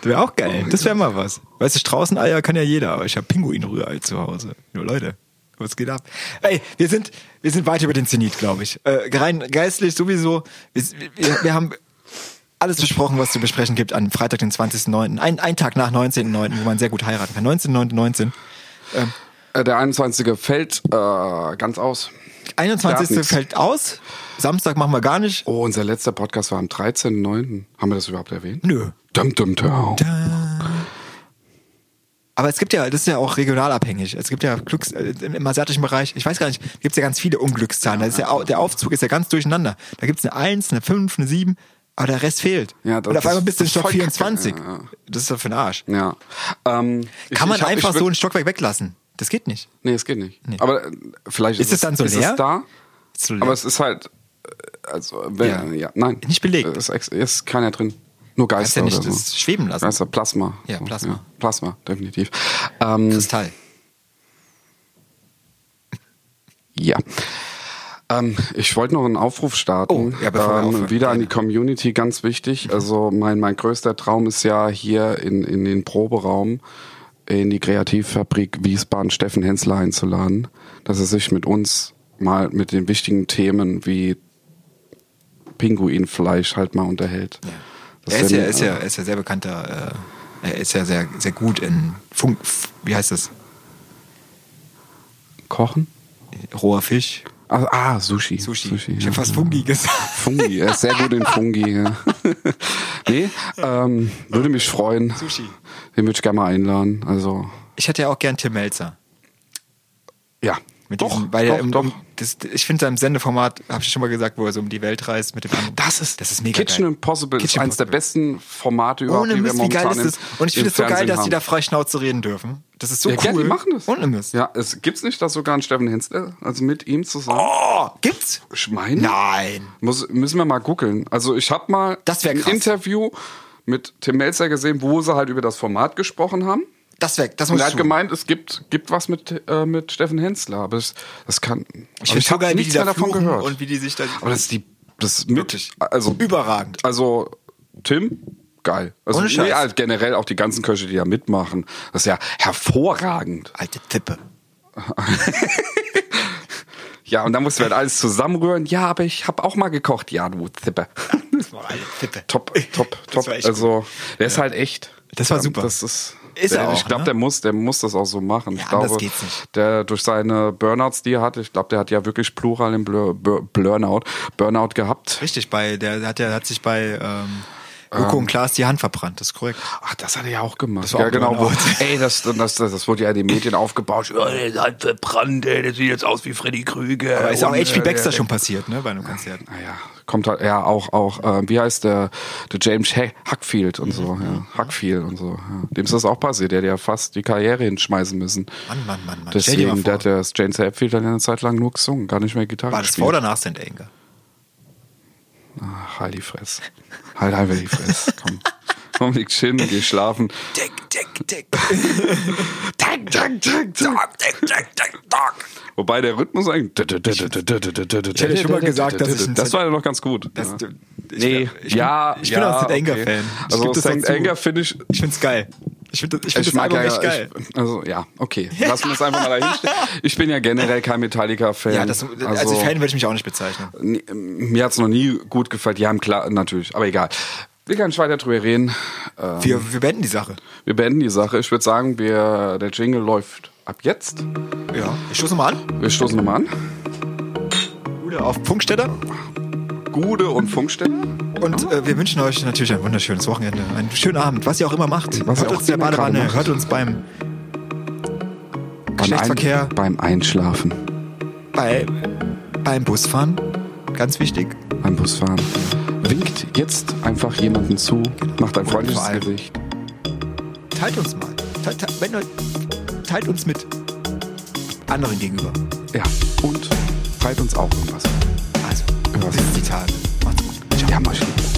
S2: Das wäre auch geil. Das wäre mal was. Weißt du, Straußeneier kann ja jeder, aber ich habe Pinguin-Rührei zu Hause. Nur Leute, was geht ab? Ey, wir sind, wir sind weit über den Zenit, glaube ich. Äh, rein geistlich sowieso. Wir, wir, wir haben alles besprochen, was zu besprechen gibt an Freitag, den 20.09. Ein, ein Tag nach 19.09., wo man sehr gut heiraten kann. 19.09.19. 19. Ähm,
S1: Äh, Der 21. fällt äh, ganz aus. Darf
S2: 21.
S1: nichts.
S2: fällt aus. Samstag machen wir gar nicht.
S1: Oh, unser letzter Podcast war am 13.09. Haben wir das überhaupt erwähnt?
S2: Nö.
S1: Dum, dum, dum.
S2: Aber es gibt ja, das ist ja auch regional abhängig. Es gibt ja Glücks, äh, im, im asiatischen Bereich, ich weiß gar nicht, gibt es ja ganz viele Unglückszahlen. Da ist ja, au- der Aufzug ist ja ganz durcheinander. Da gibt es eine 1, eine 5, eine 7, aber der Rest fehlt.
S1: Ja, das-
S2: Und auf einmal
S1: das-
S2: bist du in
S1: das
S2: Stock
S1: voll kacke.
S2: 24.
S1: Ja, ja.
S2: Das ist doch für den Arsch.
S1: Ja. Ähm, ich-
S2: Kann man
S1: ich hab- ich
S2: einfach
S1: würd-
S2: so einen Stockwerk weglassen? Das geht nicht.
S1: Nee, es geht nicht. Aber äh, vielleicht ist,
S2: Ist es dann so
S1: ist
S2: leer?
S1: Es da,
S2: Ist so leer.
S1: Aber es ist halt, äh, also wenn, ja.
S2: Ja.
S1: nein, Äh,
S2: Nicht belegt.
S1: Es ist, ist keiner drin. Nur Geister
S2: ja nicht
S1: oder so.
S2: das schweben lassen.
S1: Geister, Plasma.
S2: Ja,
S1: So,
S2: Plasma.
S1: Plasma, definitiv. Ähm,
S2: Kristall.
S1: ja. Ähm, ich wollte noch einen Aufruf starten. Ähm,
S2: Oh, ja, Mhm. bevor wir aufhören.
S1: wieder an die Community, ganz wichtig. Also mein, mein größter Traum ist ja hier in, in den Proberaum in die Kreativfabrik Wiesbaden Steffen Hensler einzuladen, dass er sich mit uns mal mit den wichtigen Themen wie Pinguinfleisch halt mal unterhält. Das
S2: Er ist,
S1: wär
S2: ja,
S1: mir-
S2: ist ja, er ist ja sehr bekannter, äh, er ist ja sehr, sehr gut in Funk, F- wie heißt das?
S1: Kochen?
S2: Roher Fisch,
S1: Ah, ah Sushi.
S2: Sushi.
S1: Sushi
S2: ich
S1: ja.
S2: habe fast Fungi gesagt.
S1: Fungi, er ist sehr gut in Fungi. Ja. nee, ähm, würde mich freuen.
S2: Sushi.
S1: Den würde ich gerne mal einladen. Also,
S2: Ich hätte ja auch gern Tim Melzer.
S1: ja.
S2: Mit
S1: doch,
S2: diesem, weil
S1: doch,
S2: er im,
S1: doch.
S2: Das, ich finde sein Sendeformat, habe ich schon mal gesagt, wo er so um die Welt reist mit dem anderen.
S1: Das ist,
S2: das ist mega
S1: Kitchen
S2: geil.
S1: Impossible ist
S2: Kitchen
S1: eins der
S2: Impossible.
S1: besten Formate überhaupt,
S2: Ohne
S1: die wir
S2: Mist, wie
S1: momentan
S2: geil ist das?
S1: im-
S2: Und ich
S1: im
S2: finde es so geil,
S1: Fernsehen
S2: dass die da
S1: haben.
S2: frei Schnauze reden dürfen. Das ist so
S1: ja,
S2: cool.
S1: gern, die machen das.
S2: Ohne Mist.
S1: Ja, es gibt's nicht, dass sogar ein Steffen Hensler, also mit ihm zusammen.
S2: Oh, gibt's?
S1: Ich meine,
S2: Nein.
S1: Muss, müssen wir mal googeln. Also ich habe mal
S2: Das wär
S1: ein
S2: krass.
S1: Interview mit Tim Melzer gesehen, wo sie halt über das Format gesprochen haben.
S2: Das weg, das
S1: Und
S2: muss
S1: er
S2: ich
S1: hat
S2: tun.
S1: gemeint, es gibt, gibt was mit, äh, mit Steffen Hensler, aber es, das kann.
S2: Ich
S1: aber
S2: finde so
S1: hab
S2: geil, wie die
S1: nichts
S2: da
S1: mehr davon
S2: fluchen
S1: gehört.
S2: und wie die sich da...
S1: aber das ist die. Das ist mit,
S2: Wirklich.
S1: also
S2: Überragend.
S1: Also, Tim, geil. Also,
S2: Ohne Scheiß.
S1: nee, halt generell auch die ganzen Köche, die da mitmachen. Das ist ja hervorragend.
S2: Alte Tippe.
S1: Ja, und dann musst du halt alles zusammenrühren. Ja, aber ich habe auch mal gekocht. Ja, du Zipper.
S2: Das war eine Tippe.
S1: Top, top,
S2: Das
S1: top.
S2: war echt
S1: Also, der ist halt echt.
S2: Das war
S1: Ähm,
S2: super.
S1: Das ist,
S2: Ist er
S1: der, ich
S2: auch,
S1: glaube,
S2: ne?
S1: der muss, der muss das auch so machen. ich
S2: Ja,
S1: glaube,
S2: anders geht's nicht.
S1: der durch seine Burnouts, die er hatte, ich glaube, der hat ja wirklich Plural im Blur, Bur, Burnout, Burnout gehabt.
S2: Richtig, bei der hat ja hat sich bei ähm, Joko und Klaas die Hand verbrannt, das ist korrekt.
S1: Ach, das hat er ja auch gemacht.
S2: Das war
S1: ja,
S2: auch genau.
S1: Ey, das, das, das, das wurde ja in den Medien aufgebaut. Ja, der ist halt verbrannt, ey, der sieht jetzt aus wie Freddy Krüger.
S2: Aber ist auch
S1: Und, äh,
S2: HP Baxter
S1: der-
S2: schon passiert, ne, bei einem Konzert.
S1: Naja, kommt halt, ja, auch, auch, äh, wie heißt der, der James Hack- Hackfield und so,
S2: Mhm.
S1: ja, Hackfield und so. Ja. Dem ist das auch passiert, der hat ja fast die Karriere hinschmeißen müssen.
S2: Mann, Mann, Mann, Mann. Stell dir mal
S1: Deswegen,
S2: vor.
S1: der hat der James Hackfield dann eine Zeit lang nur gesungen, gar nicht mehr Gitarre
S2: War das
S1: gespielt.
S2: vor oder nach St. Anger?
S1: Ach, halt die Fresse. Halt einfach die Fresse, komm. Komm, liegt hin, geh schlafen.
S2: Tick, tick, tick.
S1: Tack, tack, tack, tack, tack, tack, tack, tack. Wobei der Rhythmus eigentlich. Ich
S2: hätte schon mal gesagt, dass ich ein-
S1: Das war ja noch ganz gut.
S2: Das-
S1: Ja.
S2: ich-
S1: nee,
S2: ich bin-
S1: ja.
S2: ich bin
S1: ja,
S2: auch St. Anger
S1: okay.
S2: Fan. Ich
S1: Also,
S2: geb das
S1: St.
S2: dazu.
S1: Anger finde ich.
S2: Ich find's geil. Ich find, ich find
S1: Ich
S2: das
S1: mag
S2: Album
S1: ja,
S2: echt geil.
S1: Ich, also ja, okay. Lassen wir es einfach mal dahinstellen. Ich bin ja generell kein Metallica-Fan.
S2: ja, das,
S1: also
S2: als Fan würde ich mich auch nicht bezeichnen.
S1: Nee, mir hat's noch nie gut gefallen. Ja, im klar, natürlich, aber egal. Wir können nicht weiter drüber reden. Äh,
S2: Wir, wir beenden die Sache.
S1: wir beenden die Sache. Ich würde sagen, wir, der Jingle läuft ab jetzt.
S2: Ja. Ich stoße mal an.
S1: Wir stoßen nochmal an.
S2: Oder auf Funkstätter.
S1: Gude und Funkstelle.
S2: Und äh, wir wünschen euch natürlich ein wunderschönes Wochenende, einen schönen Abend, was ihr auch immer macht.
S1: Was
S2: hört
S1: ihr auch
S2: uns in
S1: immer
S2: der
S1: gerade
S2: Badewanne,
S1: macht.
S2: hört uns beim Geschlechtsverkehr,
S1: beim Einschlafen,
S2: bei, beim Busfahren. Ganz wichtig.
S1: beim Busfahren. Winkt jetzt einfach jemanden zu, macht ein
S2: Und vor
S1: freundliches
S2: allem-
S1: Gesicht.
S2: Teilt uns mal. Teilt, teilt, wenn, ihr- teilt uns mit. Anderen gegenüber.
S1: Ja, und treibt uns auch irgendwas.
S2: Also,
S1: Ja.
S2: das ist die Tat. Macht's gut. Ciao.
S1: Ja, Maschinen.